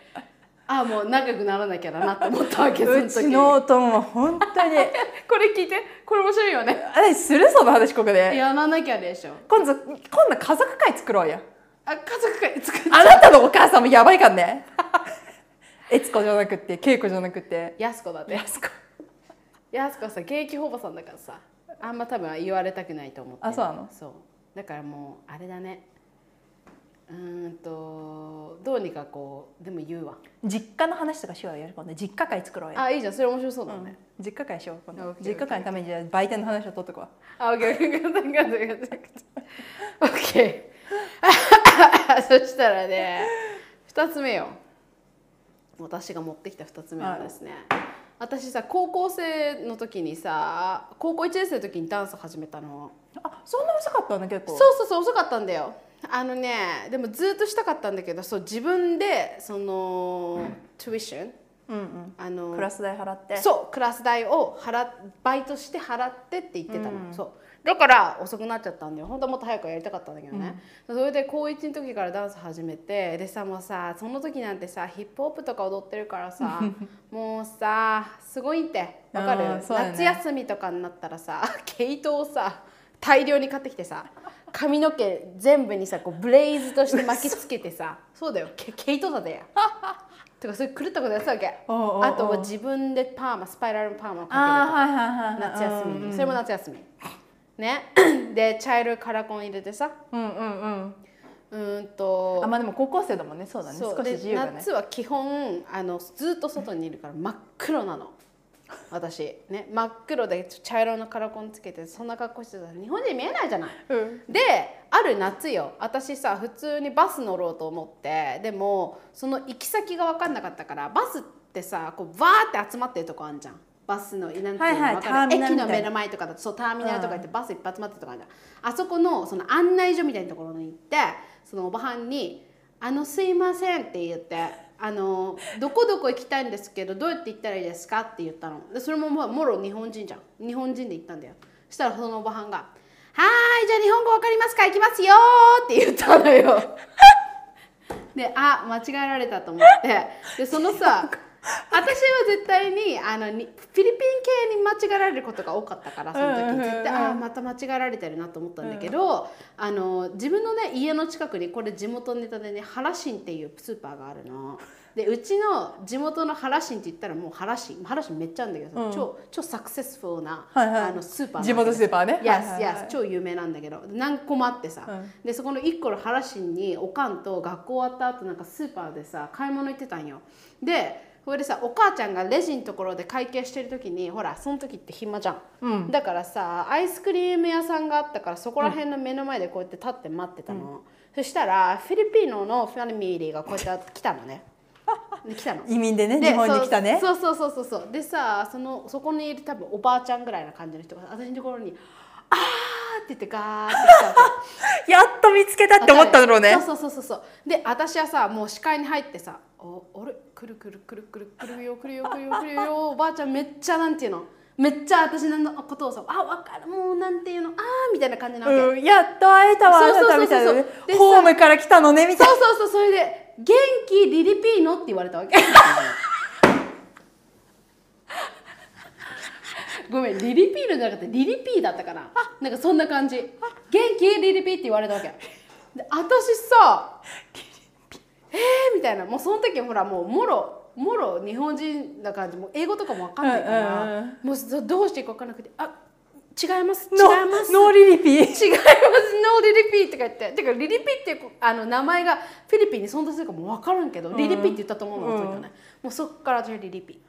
ああもう仲良くならなきゃだなって思ったわけその う時ちのおとんは本当に これ聞いてこれ面白いよね あれするその話ここでやらなきゃでしょ今度今度家族会作ろうやあ家族会作っあなたのお母さんもやばいから ね悦子じゃなくて恵子じゃなくてやすこだって安子やすこさ現役ほぼさんだからさあんま多分言われたくないと思ってあそうなのそうだからもうあれだねうーんとどうにかこうでも言うわ実家の話とかしようよ今度実家会作ろうやあいいじゃんそれ面白そうだね、実家会しよう今オ度ッケー実家会のためにじゃあ売店の話を取っとくわあ、オッケー、オッケー、オッケー、オッケー、オッケー、オッケー。 そしたらね、二つ目よ。私が持ってきた二つ目はですね。私さ高校生の時にさ高校1年生の時にダンス始めたのあそんな遅かったんだ結構そうそうそう遅かったんだよあのねでもずっとしたかったんだけどそう自分でその、トゥイッションう、うんうん、あのクラス代払ってそうクラス代を払っバイトして払ってって言ってたの、そうだから遅くなっちゃったんだよ本当はもっと早くやりたかったんだけどね、それで高1の時からダンス始めてでさもうさその時なんてさヒップホップとか踊ってるか らさもうさすごいってわかる、あーそうだね夏休みとかになったらさ 毛糸をさ大量に買ってきてさ髪の毛全部にさこうブレイズとして巻きつけてさそうだよ毛毛糸 だよとかそういう狂ったことやってたわけおうおうおうあとは自分でパーマスパイラルパーマをかああはいはいはいけるとか夏休みにそれも夏休みね で茶色いカラコン入れてさうんうんうんうーんとあまあでも高校生だもんねそうだねそ少うしで自由がね夏は基本あのずっと外にいるから真っ黒なの私ね真っ黒で茶色のカラコンつけてそんな格好してたら日本人見えないじゃないうんである夏よ私さ普通にバス乗ろうと思ってでもその行き先が分かんなかったからバスってさこうバーって集まってるとこあんじゃんバスのなんていうのはいはいわターかるミナル駅みたいのな目の前とかだとそうターミナルとか行ってバスいっぱい集まってるとかあるじゃんあそこのその案内所みたいなところに行ってそのおばはんに「あのすいません」って言って。あのどこどこ行きたいんですけどどうやって行ったらいいですかって言ったのでそれももうもろ日本人じゃん日本人で行ったんだよそしたらそのおばはんが「はーいじゃあ日本語わかりますか行きますよ」って言ったのよであ間違えられたと思ってでそ のさ私は絶対にあのにフィリピン系に間違えられることが多かったからそのうんうんうん時うん絶対あーまた間違えられてるなと思ったんだけど、あの自分のね家の近くにこれ地元ネタでね原新っていうスーパーがあるの。でうちの地元の原新って言ったらもう原新原新めっちゃあるんだけど、うん超超サクセスフルな、はいはいあのスーパーなわけで地元すスーパーね Yes, はいはいはい yes 超有名なんだけど何個もあってさ、うんでそこの1個の原新におかんと学校終わった後なんかスーパーでさ買い物行ってたんよでそれでさお母ちゃんがレジのところで会計してる時にほらその時って暇じゃん、うんだからさアイスクリーム屋さんがあったからそこら辺の目の前でこうやって立って待ってたの、そしたらフィリピーノのファミリーがこうやって来たの ねで来たの移民でねで日本に来たねそうそうそうそうそうでさそのそこにいる多分おばあちゃんぐらいな感じの人が私のところに「あー」って言ってガーって来たわけやっと見つけた って思ったんだろうねそうそうそうそうそうで私はさもう視界に入ってさ「おあれくるくるくるくるくるよくるよくるよくるよ」おばあちゃんめっちゃなんていうのめっちゃ私のことをさ「あわかるもうなんていうのあー」みたいな感じなわけ、うん、やっと会えたわあそうなそたみうそうそうたいなねでさホームから来たのねみたいそうそうそうそれで「元気リリピーノ」って言われたわ けごめんリリピーノじゃなくてリリピーだったかななんかそんな感じ「元気リリピー」って言われたわけで私さ「えー」みたいなもうその時ほらもうもろもろ日本人な感じもう英語とかも分かんないかうんうんらうんもうそどうしていいか分かんなくて「あ違います違いなます」ノーリリピー違いますノーリリピーとか言っててかリリピっていうあの名前がフィリピンに存在するかも分からんけど、リリピって言ったと思うの、うんその時はねもうそっから私はリリピ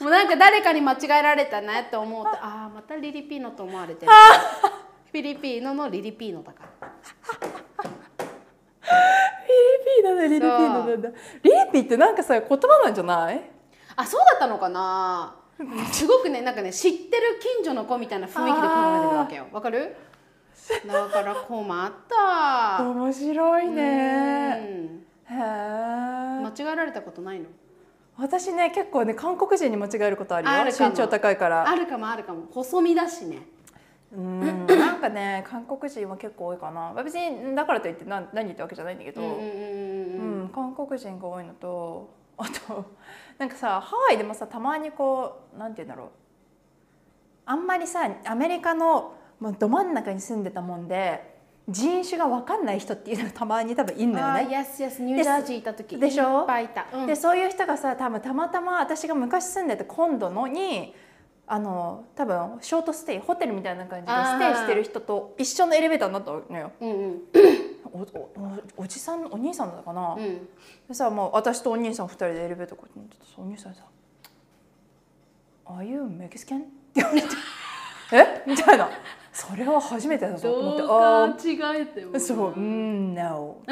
もうなんか誰かに間違えられたなって思うとああまたリリピーノと思われてるフィリピーノのリリピーノだからリリピーなんだリリピーなんだリリピーってなんかさ言葉なんじゃないあそうだったのかなすごくねなんかね知ってる近所の子みたいな雰囲気で考えてるわけよわかるだから困った面白いねうんへ間え違えられたことないの私ね結構ね韓国人に間違えることあるよあるかも身長高いからあるかもあるかも細身だしねうんなんかね韓国人は結構多いかな別にだからといって何何ってわけじゃないんだけど、うんうんうんうん、韓国人が多いのと あとなんかさハワイでもさたまにこうなんて言うんだろうあんまりさアメリカのもうど真ん中に住んでたもんで人種が分かんない人っていうのがたまに多分いんのよあねー。イエスイエスニュージャージーいた時でしょいっぱいいた、うんでそういう人がさ多分たまたま私が昔住んでたコンドのにあの多分ショートステイホテルみたいな感じでステイしてる人と一緒のエレベーターになったのようんうんおおおおじさんお兄さんだったかな、うんでさもう私とお兄さん二人でエレベーターこうやって乗ってたお兄さんにさ「Are you Mexican?」って言われて「えみたいなそれは初めてだぞと思って「ああ違えても ーそううん No ジ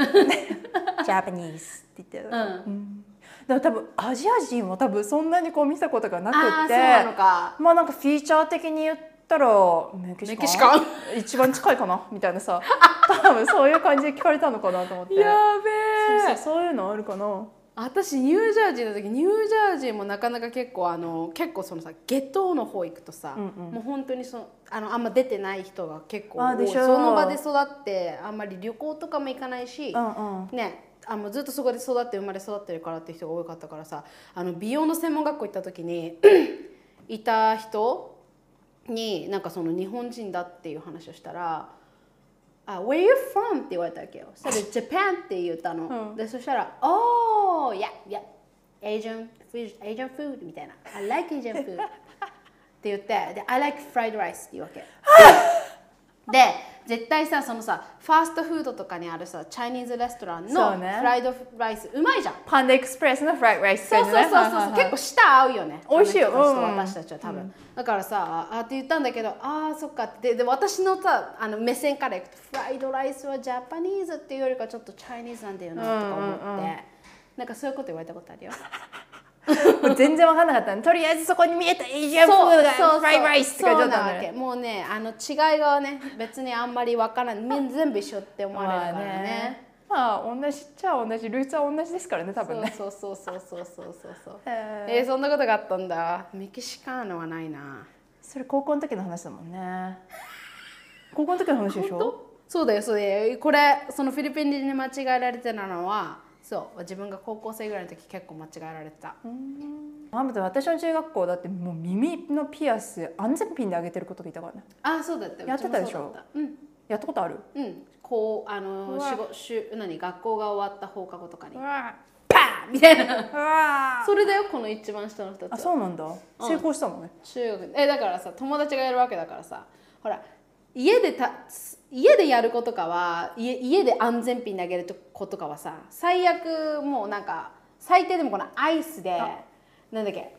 ャパニーズ」って言って、うんうんだから多分アジア人も多分そんなにこう見たことがなくああーっそうなてのかまあなんかフィーチャー的に言ったらメキシカンメキシカン一番近いかなみたいなさ多分そういう感じで聞かれたのかなと 思ってべそうえそうそういうのあるかな私ニュージャージーの時ニュージャージーもなかなか結構あの結構そのさゲトの方行くとさ、うんうんもう本当にそのあのあんま出てない人が結構あ多でいしょうその場で育ってあんまり旅行とかも行かないし、うんうんねあのずっとそこで育って生まれ育ってるからって人が多かったからさあの美容の専門学校行った時に いた人になんかその日本人だっていう話をしたら「あ Where you from?」って言われたわけよそしたら「Japan」って言ったの、うんでそしたら「Oh yeah yeah Asian food Asian food」みたいな「I like Asian food」って 言ってで「I like fried rice」って言うわけで絶対さそのさファーストフードとかにあるさチャイニーズレストランそのうフねライドライスうまいじゃんパンダエクスプレスのフライドライスそうそうそうそう、結構構舌合うよね美味しいよあの人うんたちと私たちは多分、だからさあって言ったんだけどあーそっかってで私のさあの目線からいくとフライドライスはジャパニーズっていうよりかちょっとチャイニーズなんだよなとか思って、うんうんうんなんかそういうこと言われたことあるよ全然わかんなかったのとりあえずそこに見えたエイジアンフードがフライドライスってそ感うじだっなたんわだけねもうねあの違いがね別にあんまりわか らないみん全部一緒って思われるからねまあ同じっちゃ同じルーツは同じですからね多分ねそうそうそうそうそうそうそうそう。 へーえー、そんなことがあったんだ。メキシカーノはないな。それ高校の時の話だもんね高校の時の話でしょそうだよ、そうだよ。これ、そのフィリピン人に間違えられてたのは、そう、自分が高校生ぐらいの時結構間違えられてた。あまた私の中学校だってもう耳のピアス安全ピンで上げてることがいたからねあ、そうだった。やってたでしょうちもそうだったうん。やったことあるうん、こうあのうわ仕事週何学校が終わった放課後とかにわパンみたいな あそれだよこの一番下の2つそうなんだ成功したのね中学えだからさ友達がやるわけだからさほら家でた家でやる子とかは家家で安全ピン投げる子とかはさ最悪もうなんか最低でもこのアイスでなんだっけ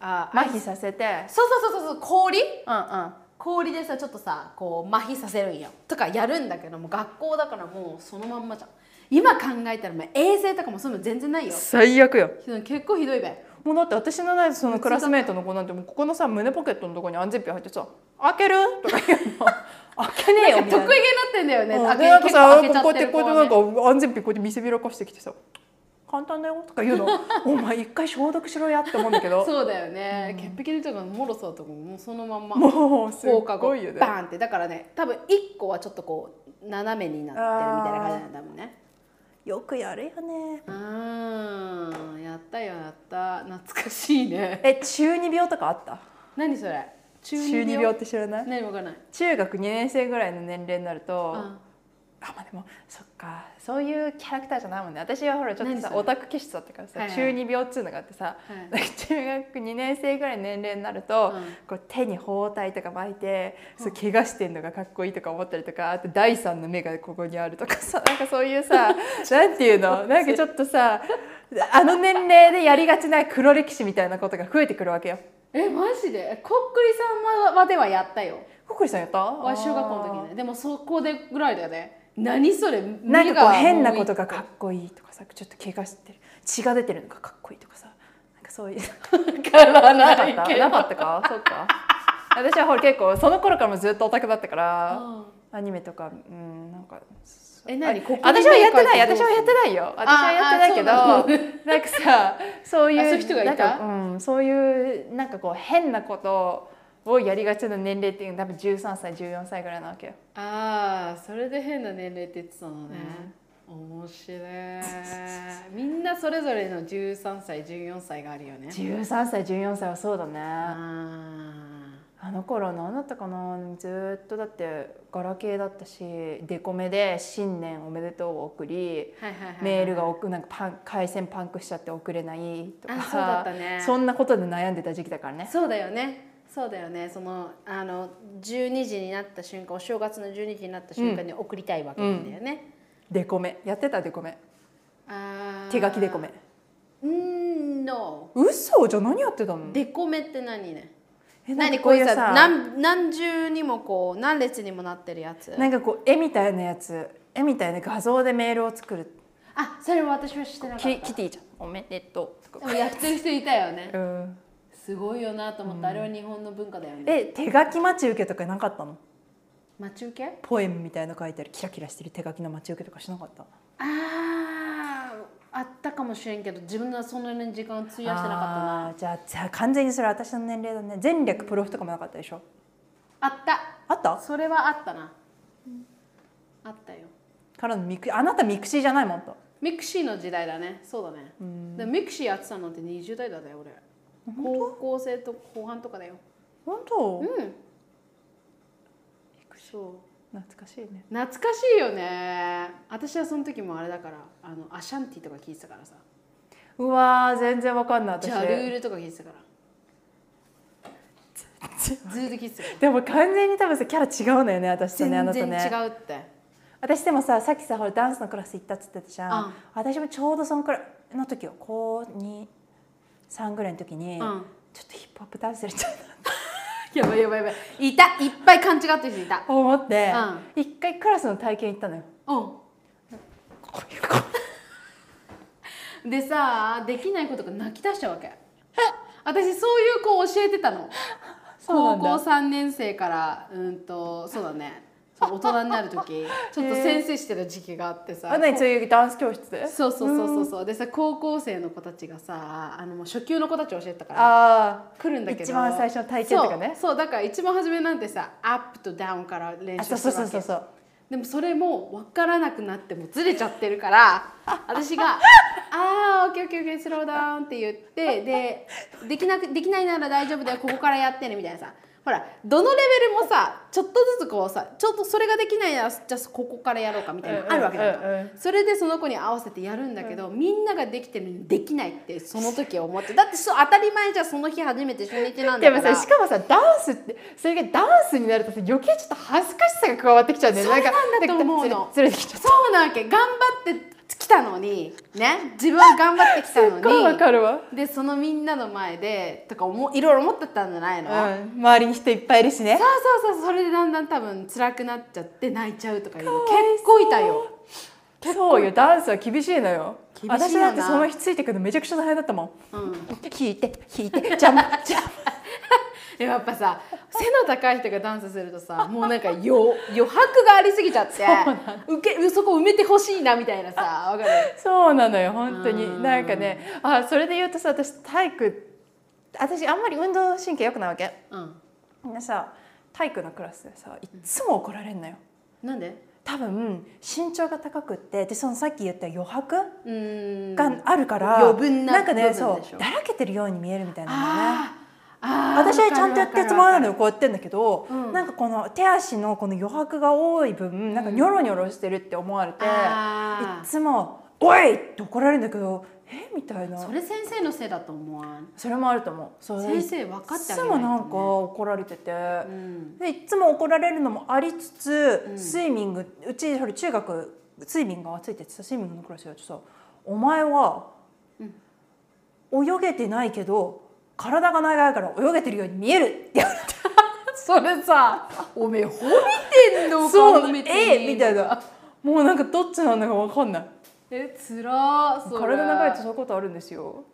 あ麻痺させてそうそうそうそうそう氷うんうん氷でさちょっとさこう麻痺させるんよとかやるんだけどもう学校だからもうそのまんまじゃん今考えたらもう衛生とかもそういうの全然ないよ最悪よ結構ひどいべもうだって私のないそのクラスメートの子なんてもうここのさ胸ポケットのとこに安全ピン入ってさ「開ける?」とか言う の「開けねえよ」なんみかた得い意げにななってんだよねうん開でなんかけ結構さ開けちこゃうっやっててるこう子やはってなねんか安全ピンこうやって見せびらかしてきてさ「簡単だよ」とか 言うの「お前一回消毒しろや」って思うんだけどそうだよね、潔癖の人がもろそうとかもうそのまんまもうすっ放課後ごいよねバーンってだからね多分1個はちょっとこう斜めになってるみたいな感じなんだもんねよくやるよねあーやったよやった懐かしいねえ中二病とかあった何それ中中二病って知らない何わかんない、中学2年生ぐらいの年齢になると、うんあまあでもそっかそういうキャラクターじゃないもんね私はほらちょっと何そされオタク気質だったからさ、はいはい中二病っつうのがあってさ、 は中学2年生ぐらいの年齢になると、うんこう手に包帯とか巻いて、そう怪我してんのがかっこいいとか思ったりとかあと第三の目がここにあるとかさなんかそういう さなんていうのなんかちょっとさあの年齢でやりがちな黒歴史みたいなことが増えてくるわけよ。えマジでこっくりさんまではやったよココリさんやったわ小学校の時ねでもそこでぐらいだよね何それなん目かこがう変なこともうが一個かっこいいとかさちょっと怪我してる血が出てるのがかっこいいとかさなんかそういうからななかいったけどなかったかそうか私はほら結構その頃からもずっとオタクだったからうんアニメとかうんなんかえ何ここに私はやってない目描い私てどうするはやってないよ私はやってないけどああそうなんかさそういあうそういう人がいたなんか、うん、そういうなんかこう変なことをやりがちな年齢っていうのは多分13歳14歳ぐらいなわけよああそれで変な年齢って言ってたのね、面白いみんなそれぞれの13歳14歳があるよね13歳14歳はそうだねああの頃何だったかなずーっとだってガラケーだったしデコメで「新年おめでとう」を送りーはいはいはいはいメールが送なんかパン回線パンクしちゃって送れないとかあそうだったねそんなことで悩んでた時期だからねそうだよねそうだよねそのあの12時になった瞬間お正月の12時になった瞬間に送りたいわけなんだよね、デコメやってたデコメあー手書きデコメうーん no 嘘じゃあ何やってたのデコメって何ねえなん何かこういうさ何何重にもこう何列にもなってるやつなんかこう絵みたいなやつ絵みたいな画像でメールを作るあそれも私はしてなかったキキティちゃんおめでとうとでかもやってる人いたよねうんすごいよなと思った、あれは日本の文化だよねえ手書き待ち受けとかなかったの待ち受けポエムみたいの書いてあるキラキラしてる手書きの待ち受けとかしなかったあーあったかもしれんけど自分はそんなに時間を費やしてなかったなあーじゃあじゃあ完全にそれ私の年齢だね前略プロフとかもなかったでしょあったあったそれはあったな、あったよからのミクあなたミクシーじゃないもんとミクシーの時代だねそうだね、でミクシーやってたのって20代だよ俺高校生と後半とかだよ本当うんそう懐かしいね懐かしいよね私はその時もあれだからあのアシャンティとか聞いてたからさうわー全然わかんない私じゃあルールとか聞いてたから ずーっと聞いてたかでも完全に多分さキャラ違うのよね私とねあらなた全ね然違うって私でもささっきさほらダンスのクラス行ったっつってたじゃん、うん私もちょうどそのくらいの時よ高23ぐらいの時に、うんちょっとヒップホップダンスやりたいなやばいやばいやばいいたいっぱい勘違ってる人いたと思って一、回クラスの体験行ったの ようこういうこうんでさできないことが泣き出しちゃうわけ私そういう子を教えてたのそうな高ん校だ3年生からうんとそうだねそう大人になる 時ちょっと先生してる時期があってさ、あ何そういうダンス教室でそうそうそうそうそうでさ高校生の子たちがさあのもう初級の子たちを教えてたからああ来るんだけど一番最初の体験とかねそうそうだから一番初めなんてさアップとダウンから練あ習そうすそうるそうわそうそけうでもそれも分からなくなってもずれちゃってるから私が「あーオッケーオッケーオッケースローダウン」って言ってでできなくできないなら大丈夫だよここからやってねみたいなさほらどのレベルもさちょっとずつこうさちょっとそれができないならじゃあここからやろうかみたいなのあるわけだうんうんうそれでその子に合わせてやるんだけど、みんなができてるのにできないってその時思ってだってそう当たり前じゃんその日初めて初日なんでもだかさらしかもさダンスってそれがダンスになるとさ余計ちょっと恥ずかしさが加わってきちゃうんだよねそうなんだと思うのずれずれてきちゃったそうなわけ頑張ってきたのにね自分は頑張ってきたのすっごいわにかるわでそのみんなの前でとか思いろいろ思ってたんじゃないの、そううん周りに人いっぱいいるしねそうそうそれでだんだん多分辛くなっちゃって泣いちゃうとかいうの結構いたよそうよダンスは厳しいのよ厳しいよな私だってその日ついてくるのめちゃくちゃ大変だったもんうん弾いて弾いてジャンプジャンプでやっぱさ背の高い人がダンスするとさもうなんか余余白がありすぎちゃって受けそこ埋めてほしいなみたいなさわかるそうなのよ本当うにんなんかねあそれで言うとさ私体育私あんまり運動神経良くないわけうんみんなさ体育のクラスでさいっつも怒られんのよなんで多分身長が高くってでそのさっき言った余白うーんがあるから、余分ななんか部ね分そでしょうだらけてるように見えるみたいなのねあーあー私はちゃんとやってるつもりなのよこうわかるわかるわかるやってんだけど、うんなんかこの手足のこの余白が多い分なんかニョロニョロしてるって思われて、あーいつも「おい!」って怒られるんだけど「えみたいなそれ先生のせいだと思わんそれもあると思うそれ先生分かっていつあげないと、ね、もなんか怒られてて。うんでいつも怒られるのもありつつ、うんスイミングうちそれ中学スイミングがついててさスイミングのクラスやってさ「お前は、泳げてないけど体が長いから泳げてるように見える」って言われてそれさおめえ褒めてんのかそうめてえみたいななもうなんかどっちなんだかわかんないえつらーそれ体長いとそういうことあるんですよ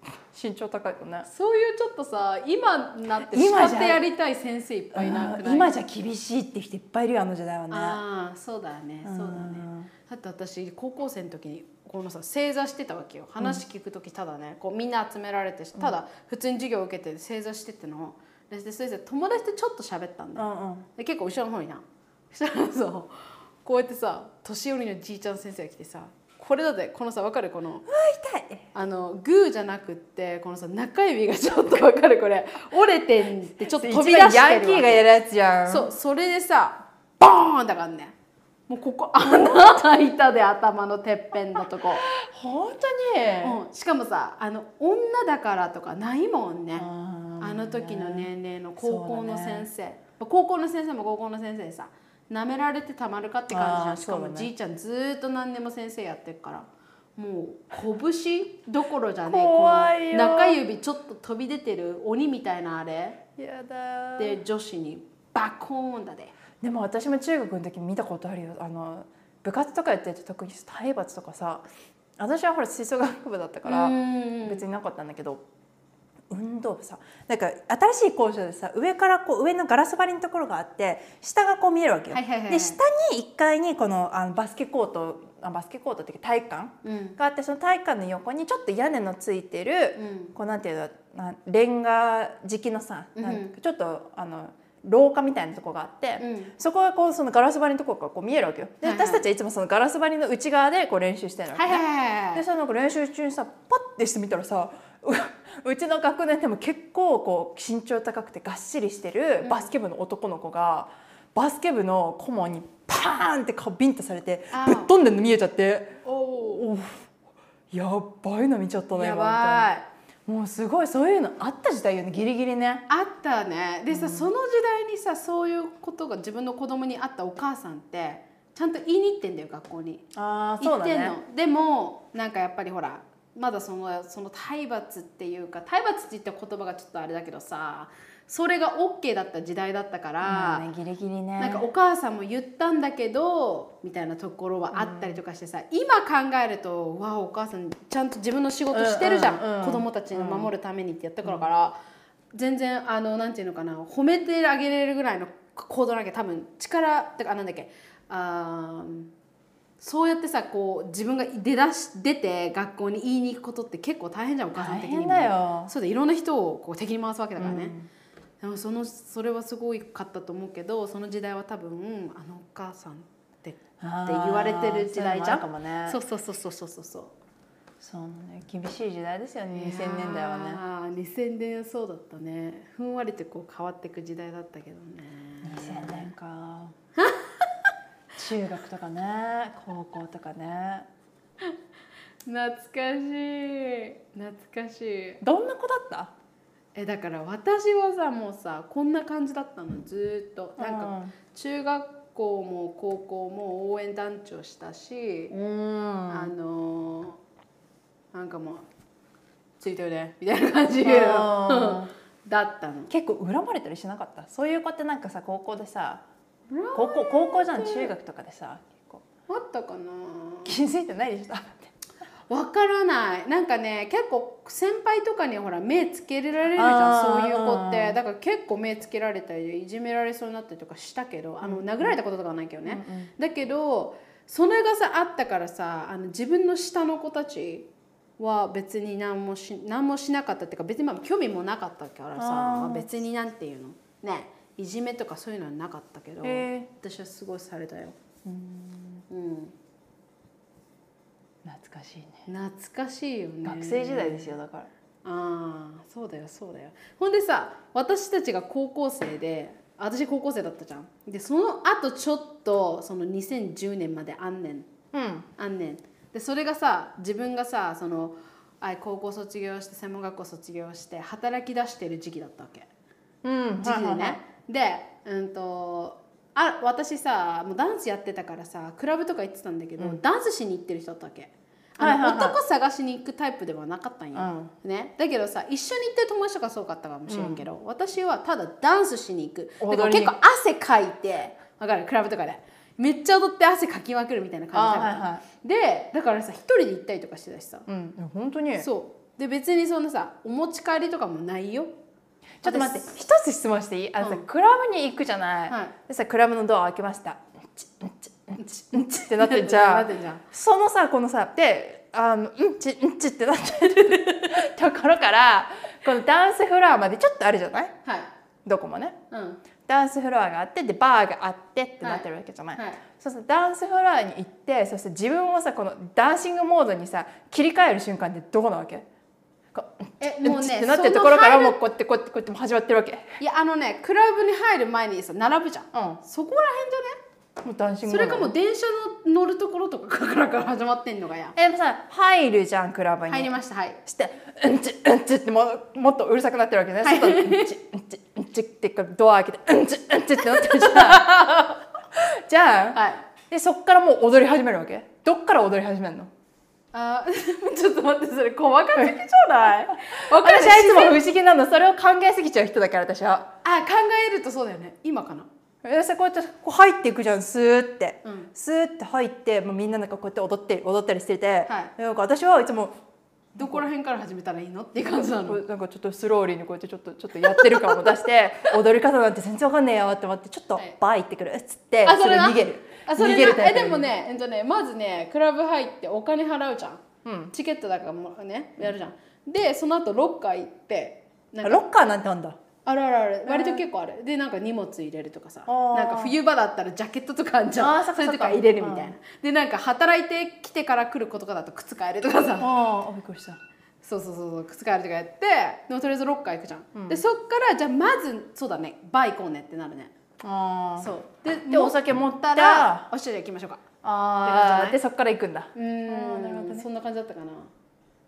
身長高いとねそういうちょっとさ今になって今じゃ叱ってやりたい先生いっぱいいなくない今じじゃ厳しいって人いっぱいいるよあの時代はねああそうだねそうだねだって私高校生の時にこのさ正座してたわけよ話聞く時ただね、こうみんな集められてただ普通に授業受けて正座してってのをででそれで友達とちょっと喋ったんだようんうんで結構後ろの方になそしたらさこうやってさ年寄りのじいちゃん先生が来てさこれだってこのさ分かるこの痛いあのグーじゃなくってこのさ中指がちょっと分かる これ折れてんってちょっと飛び出して一番ヤンキーるがわやるやつじゃんそうそれでさボーンだからねもうここ 穴開いたで頭のてっぺんのと こ、本当に、うんしかもさあの女だからとかないもんね、ああの時の年齢の高校のそうだ先ね生、高校の先生も高校の先生でさなめられてたまるかって感じじゃあんーしかそうだもねじいちゃんずーっと何年も先生やってるからもう拳どころじゃねえ怖いよこの中指ちょっと飛び出てる鬼みたいなあれやだでで女子にバコーンだででも私も中学の時見たことあるよあの部活とかやってると特に体罰とかさ私はほら吹奏楽部だったからうん別になかったんだけど、運動部さなんか新しい校舎でさ上からこう上のガラス張りのところがあって下がこう見えるわけよ。はいはいはいはいで下に1階にこのあのバスケコートあバスケコートっていうか体育館うんがあってその体育館の横にちょっと屋根のついてるうんこうなんていうのなレンガ敷きのさ、なんうんちょっとあの廊下みたいなとこがあって、うんそこはこうそのガラス張りのとこがこう見えるわけよ。で、はいはい私たちはいつもそのガラス張りの内側でこう練習してるわけ、はいねはいはいはでいさなんか練習中にさパッてしてみたらさ ううちの学年でも結構こう身長高くてがっしりしてるバスケ部の男の子が、バスケ部の顧問にパーンって顔ビンタされてあーぶっ飛んでるの見えちゃっておおうやっばいの見ちゃったおねや今みたいなばいもうすごいそういうのあった時代よねギリギリねあったねでさ、その時代にさそういうことが自分の子供にあったお母さんってちゃんと言いに行ってんだよ学校にあ行ってんの、でもなんかやっぱりほらまだそのその体罰っていうか体罰って言った言葉がちょっとあれだけどさそれが OK だった時代だったから、まあねギリギリねなんかお母さんも言ったんだけどみたいなところはあったりとかしてさ、今考えるとうわあお母さんちゃんと自分の仕事してるじゃん、うんうんうん子供たちの守るためにってやったからから、全然あのなんていうのかな褒めてあげれるぐらいの行動なきゃ多分力てかあなんだっけあーそうやってさこう自分が出だし出て学校に言いに行くことって結構大変じゃんお母さん大的にも変だよそうだいろんな人をこう敵に回すわけだからね、うんでもそのそれはすごいかったと思うけどその時代は多分あのお母さんってあーって言われてる時代じゃんそういうのもあるかそもうねそうそうそうそうそうそうそうね厳しい時代ですよね2000年代はねああ2000年そうだったねふんわりとこう変わっていく時代だったけどね2000年か 中学とかね高校とかね懐かしい懐かしいどんな子だったえだから私はさもうさこんな感じだったのずーっとなんか中学校も高校も応援団長したしうんあのーなんかもうついてるねみたいな感じあー だったの。結構恨まれたりしなかったそういう子ってなんかさ高校でさ高校高校じゃん中学とかでさ結構あったかな気づいてないでしょわからないなんかね結構先輩とかにほら目つけられるじゃんあーそういう子っうてんだから結構目つけられたりいじめられそうになったりとかしたけどあの殴られたこととかはないけどね、うんうんだけどそれがさあったからさあの自分の下の子たちは別に何もし何もしなかったっていうか別にまあ興味もなかったからさあー別になんていうのねいじめとかそういうのはなかったけど、へー私はすごいされたよ、うんうん、懐かしいね懐かしいよね学生時代ですよだからああそうだよそうだよほんでさ私たちが高校生で私高校生だったじゃんでその後ちょっとその2010年まであんねんうんあんねんでそれがさ自分がさそのあ高校卒業して専門学校卒業して働き出してる時期だったわけうん時期でねでうんとあ私さもうダンスやってたからさクラブとか行ってたんだけど、ダンスしに行ってる人だったわけあの、はいはいはい男探しに行くタイプではなかったんよ、ね、だけどさ一緒に行ってる友達とかそうかったかもしれんけど、私はただダンスしに行く踊だりからに結構汗かいてわかるクラブとかでめっちゃ踊って汗かきまくるみたいな感じだったの、あはでだからさ一人で行ったりとかしてたしさ、うんいや本当にちょそうで別にそんなさお持ち帰りとかもないよっと待って一つ質問していいあのさ、うんクラブに行くじゃない、はいでさクラブのドア開けましたうんちうんちうんちうんちってなってんじな ゃってんんじゃんそのさこのさであのうんちうんちってなってる ところからこのダンスフロアまでちょっとあるじゃないはいどこもねうんダンスフロアがあってでバーがあってってなってるわけじゃない、はいそうそうダンスフロアに行ってそして自分をさこのダンシングモードにさ切り替える瞬間ってどこなわけこうえうんもうちっねてなってるところからそもうの入るこうやってこうやってこうやってもう始まってるわけいやあのねクラブに入る前にさ並ぶじゃん、うんそこら辺じゃねもうダンシングそモれードかもう電車の乗るところとかからから始まってんのがやえでもさ入るじゃんクラブに入りましたはいしてうんちうんちってももっとうるさくなってるわけね、外にうんちうんちうんちってこうドア開けてうんちうんちってなってるじ ゃんじゃあ、はいでそっからもう踊り始めるわけどっから踊り始めるのあー ちょっと待ってそれ細かすぎじ ゃないわかる私はいつも不思議なのそれを考えすぎちゃう人だから私はあ考えるとそうだよね今かなえでさこうやってこう入っていくじゃんスーって。うんスーって入ってもうみんななんかこうやって踊って踊ったりしてて、はいなんか私はいつもどこら辺から始めたらいいのっていう感じなこのうなんかちょっとスローリーにこうやってちょっとちょっとやってる感を出して 踊り方なんて全然わかんねえよって思ってちょっとはいバー行ってくるっつってあそそれれな逃げるあそれ逃げるなタイえプでもね,、えっと、ねまずねクラブ入ってお金払うじゃんうんチケットだからもうねやるじゃん、でその後ロッカー行ってなんかロッカーなんてあんだあるあるある割と結構あるでなんか荷物入れるとかさあーなんか冬場だったらジャケットとかあんじゃあーんそっかそれそっとかか入れるみたいな、でなんか働いてきてから来る子とかだと靴変えるとかさ、ああびっくりしたそうそうそうそう靴変えるとかやってでもとりあえずロッカー行くじゃん、うんでそっからじゃあまずそうだねバー行こうねってなるねあそうででお酒持ったたららオーストラリア行きましょうかあーでそっから行くんだうーんなるほどねそんな感じだったかな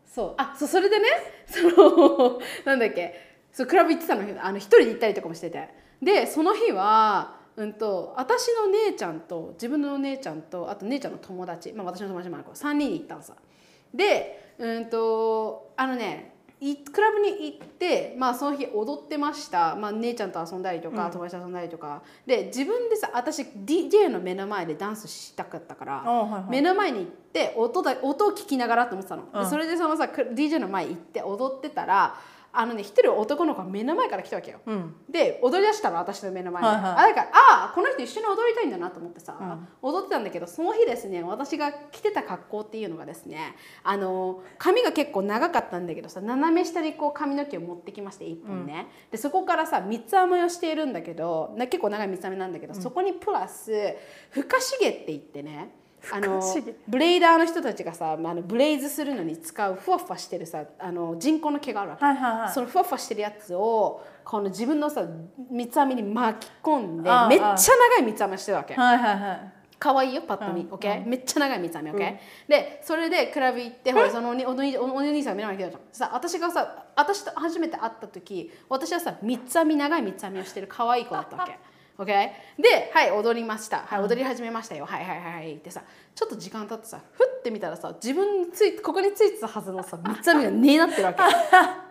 そうあそうそれでね そのなんだっけそうクラブ行ってたのあの一人で行ったりとかもしててでその日はうんと私の姉ちゃんと自分の姉ちゃんとあと姉ちゃんの友達、まあ、私の友達もある子3人で行ったのさでうんとあのねいクラブに行って、まあ、その日踊ってました、まあ、姉ちゃんと遊んだりとか、うん友達と遊んだりとかで自分でさ私 DJ の目の前でダンスしたかったから、あはいはい目の前に行って音だ音を聞きながらと思ってたの、でうんそれでそのさく DJ の前行って踊ってたらあのね一人男の子が目の前から来たわけようんで踊り出したの私の目の前に、はいはいあだからあこの人一緒に踊りたいんだなと思ってさ、踊ってたんだけどその日ですね私が着てた格好っていうのがですねあの髪が結構長かったんだけどさ斜め下にこう髪の毛を持ってきまして1本ね、でそこからさ三つ編みをしているんだけどな結構長い三つ編みなんだけど、そこにプラスふかしげって言ってねあのしげブレイダーの人たちがさ、まあ、あのブレイズするのに使うふわふわしてるさあの人工の毛があるわけはいはいはいそのふわふわしてるやつをこの自分のさ三つ編みに巻き込んでああめっちゃ長い三つ編みしてるわけはいはいはい可愛いよパッと見、うん OK めっちゃ長い三つ編み OK、でそれでクラブ行ってほらそのおにおにおお兄さん見ながら来たじゃんさ私がさ私と初めて会った時私はさ三つ編み長い三つ編みをしてる可愛い子だったわけ OK ではい踊りましたはい踊り始めましたよ、はいはいはいはいってさちょっと時間経ってさふってみたらさ自分についここについてたはずの さ三つ編みがねえなってるわけ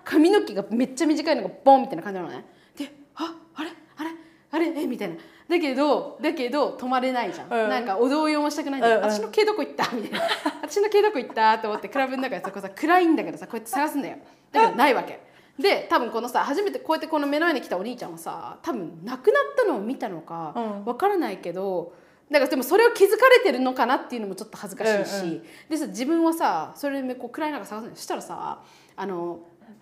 髪の毛がめっちゃ短いのがボンみたいな感じなのねでああれあれあれえみたいなだけどだけど止まれないじゃん、うんなんかお動揺もしたくないんだけど、うんうん私の毛どこ行ったみたい な私の毛どこ行ったと思ってクラブの中でさこうさ暗いんだけどさこうやって探すんだよだけどないわけで多分このさ初めてこうやってこの目の前に来たお兄ちゃんはさ多分亡くなったのを見たのかうんわからないけどだからでもそれを気づかれてるのかなっていうのもちょっと恥ずかしいし、うんうでさ自分はさそれでこう暗い中探すんだよそしたらさあの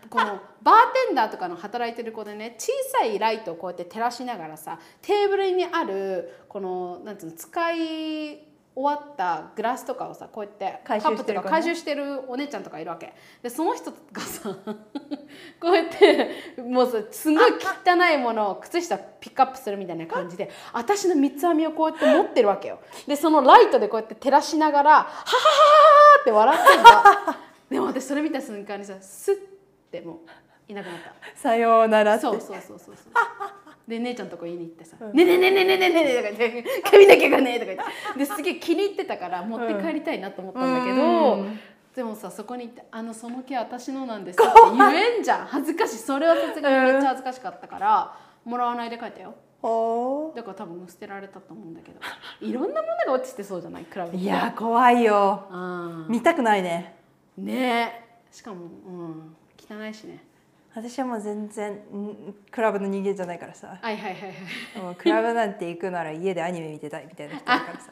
このバーテンダーとかの働いてる子でね小さいライトをこうやって照らしながらさテーブルにあるこのなんつうの使い終わったグラスとかをさこうやってカ回収ッしプてとるか子ね回収してるお姉ちゃんとかいるわけでその人がさ こうやってもうさすごい汚いものを靴下ピックアップするみたいな感じで私の三つ編みをこうやって持ってるわけよでそのライトでこうやって照らしながら「はははははって笑ってんだでも私それ見た瞬間にさスッってもういなくなった。さようならってそうそうそうそうそう。で姉ちゃんとこ言いに行ってさうん「ねえねえねえねえねえねえねえ」とか言って「髪の毛がねえ」とか言ってですげえ気に入ってたから持って帰りたいなと思ったんだけど、うんでもさそこに行って「あのその毛私のなんですよ」って言えんじゃん恥ずかしいそれはさすがにめっちゃ恥ずかしかったから、もらわないで帰ったよほだから多分捨てられたと思うんだけどいろんなものが落ちてそうじゃないクラブうにいや怖いよあー見たくないねねえしかも、うん、汚いしね私はもう全然んクラブの人間じゃないからさはいはいはいはいもうクラブなんて行くなら家でアニメ見てたいみたいな人だからさ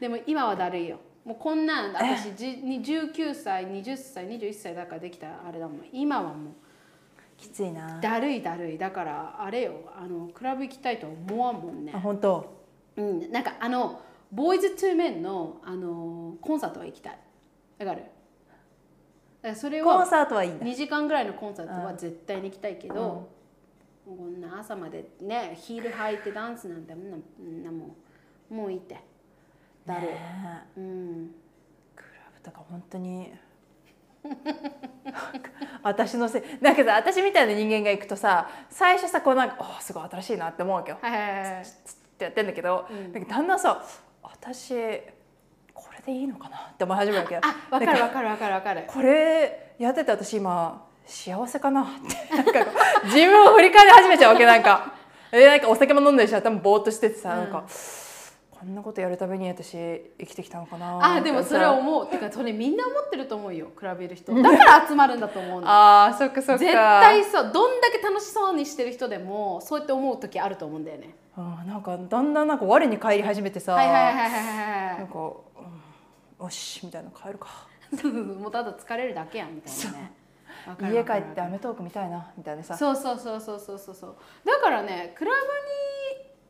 でも今はだるいよもうこんなん私じに19歳20歳21歳だからできたあれだもん今はもきついなうだるいだるいだからあれよあのクラブ行きたいとは思わんもんねあ、本当うん、なんかあのボーイズ・トゥ・メンの、あのコンサートは行きたいわかるだからそれコンはサートはいいんだ2時間ぐらいのコンサートは絶対に行きたいけうんど、もうこんな朝までねヒール履いてダンスなんてんなうんなもうもういいってだるい、ねえうんクラブとか本当に 私のせいなんかさ私みたいな人間が行くとさ最初さこうなんかあすごい新しいなって思うわけよはいはいはいはいってやってんだけど、うんなんかだんだんさ私これでいいのかなって思い始めるわけよあ、わかるわかるわかるわかる。これやってて 私今幸せかなってなんかこう自分を振り返り始めちゃうわけなんかえなんかお酒も飲んだりして頭ぼーっとしててさ、うなんんかこんなことやるために私生きてきたのかなあでもそれはを思うてかそれみんな思ってると思うよ比べる人だから集まるんだと思うのあーそっかそっか絶対そうどんだけ楽しそうにしてる人でもそうやって思う時あると思うんだよねあーなんかだんだんなんか我に返り始めてさ、はいはいはいはいはいなんはか、うん、よしみたいな帰るかいそうそうそうもうただ疲れるだけやんみたいなねわかる家わ帰かるってアメトーークみたいなみたいなさそうそうそうそうそうそうそうだからねクラ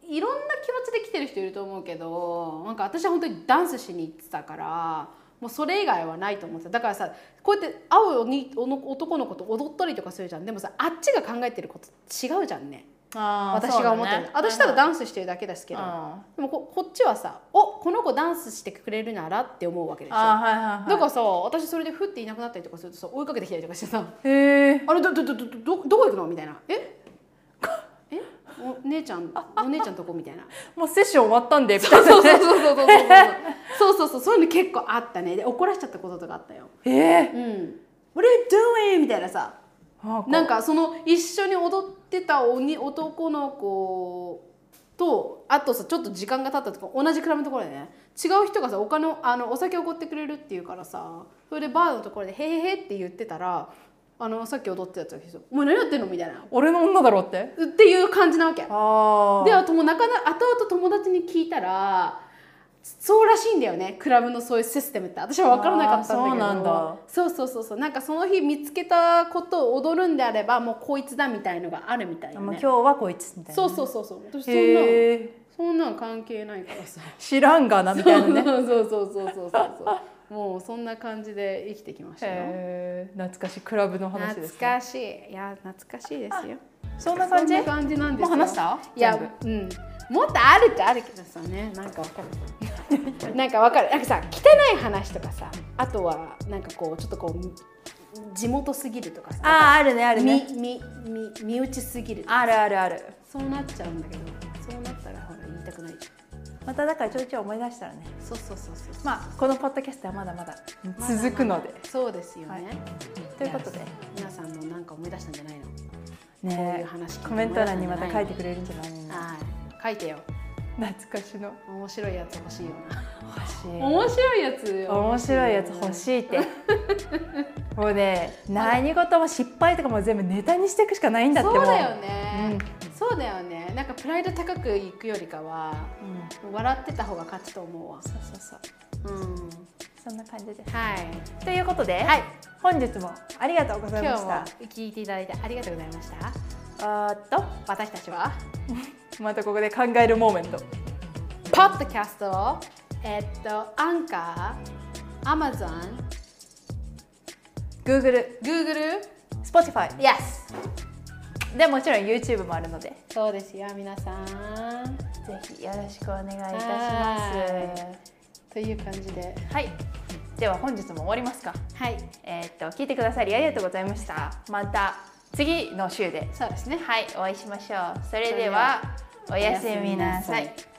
ブにいろんな気持ちで来てる人いると思うけどなんか私は本当にダンスしに行ってたからもうそれ以外はないと思ってただからさこうやって会うおにおの男の子と踊ったりとかするじゃんでもさあっちが考えてること違うじゃんね私が思ってる、私ただダンスしてるだけですけど、あでもここっちはさおこの子ダンスしてくれるならって思うわけでしょあーはいはいはいだからさ私それでふっていなくなったりとかするとさ追いかけてきたりとかしてさへえあれどどどどどどこ行くのみたいなえ えお姉ちゃんお姉ちゃんとこみたいなもうセッション終わったんでみたいそうな そうそうそうそう そうそうそうそうそうそういうの結構あったねで怒らしちゃったこととかあったよええうん「What are you doing?」みたいなさあーなんかその一緒に踊ってた鬼男の子とあとさちょっと時間が経ったとか同じクラブのところでね違う人がさお金をあのお酒をおごってくれるっていうからさそれでバーのところで「へへへ」って言ってたらあのさっき踊ってたやつが「お前何やってんの?」みたいな俺の女だろうってっていう感じなわけ。あであともなかなか後々友達に聞いたらそうらしいんだよねクラブのそういうシステムって私は分からなかったんだけどあーそうなんだそうそうそうそうなんかその日見つけたことを踊るんであればもうこいつだみたいのがあるみたいな、もうね今、日はこいつみたいなそうそうそうそう私そんなへえそんなん関係ないからさ知らんがなみたいなね そうそうそうそうそうそうそうもうそんな感じで生きてきましたよへえ懐かしいクラブの話で懐すねかしいいや懐かしいですよそんな感じそんな感じなんですもうよ話したいや全部、うん、もっとあるっちゃあるけどさね、なんかわかる。 なんかわかる、なんかさ、汚い話とかさ、あとは、なんかこう、ちょっとこう。地元すぎるとかさ、あーあるねあみ、み、み、身内すぎる。あるあるあるそうなっちゃうんだけど、そうなったら、ほら、言いたくないじゃまただからちょいちょい思い出したらねん。そうそうそうそう。まあこのポッドキャストはまだまだまだまだ続くので、そうですよね。はいということで皆さんもなんか思い出したんじゃないの。こういうね話聞いてコメント欄にまた書いて思出くれるんじゃないみんしたんじゃなないの。はい、書いてよ。懐かしの面白いやつ欲しいよな。欲しい面白いやつ。面白いやつ欲い。しいってもうね何事も失敗とかも全部ネタにしていくしかないんだってそうだよもね、そうだよねなんかプライド高くいくよりかはう、うん、笑ってた方が勝つと思うわそうそうそううんそんな感じですはいということで、はい本日もありがとうございま今日しもた聞いていただいてありがとうございましたあーっと私たちはまたここで考えるモーメントポッドキャストをえっとアンカーアマゾン Google、グーグル Spotify Yes でもちろん YouTube もあるのでそうですよ皆さんぜひよろしくお願いいたしますはという感じではいでは本日も終わりますかはいえーっと聞いてくださりありがとうございましたまた次の週でそうですねはいお会いしましょうそれではおやすみなさい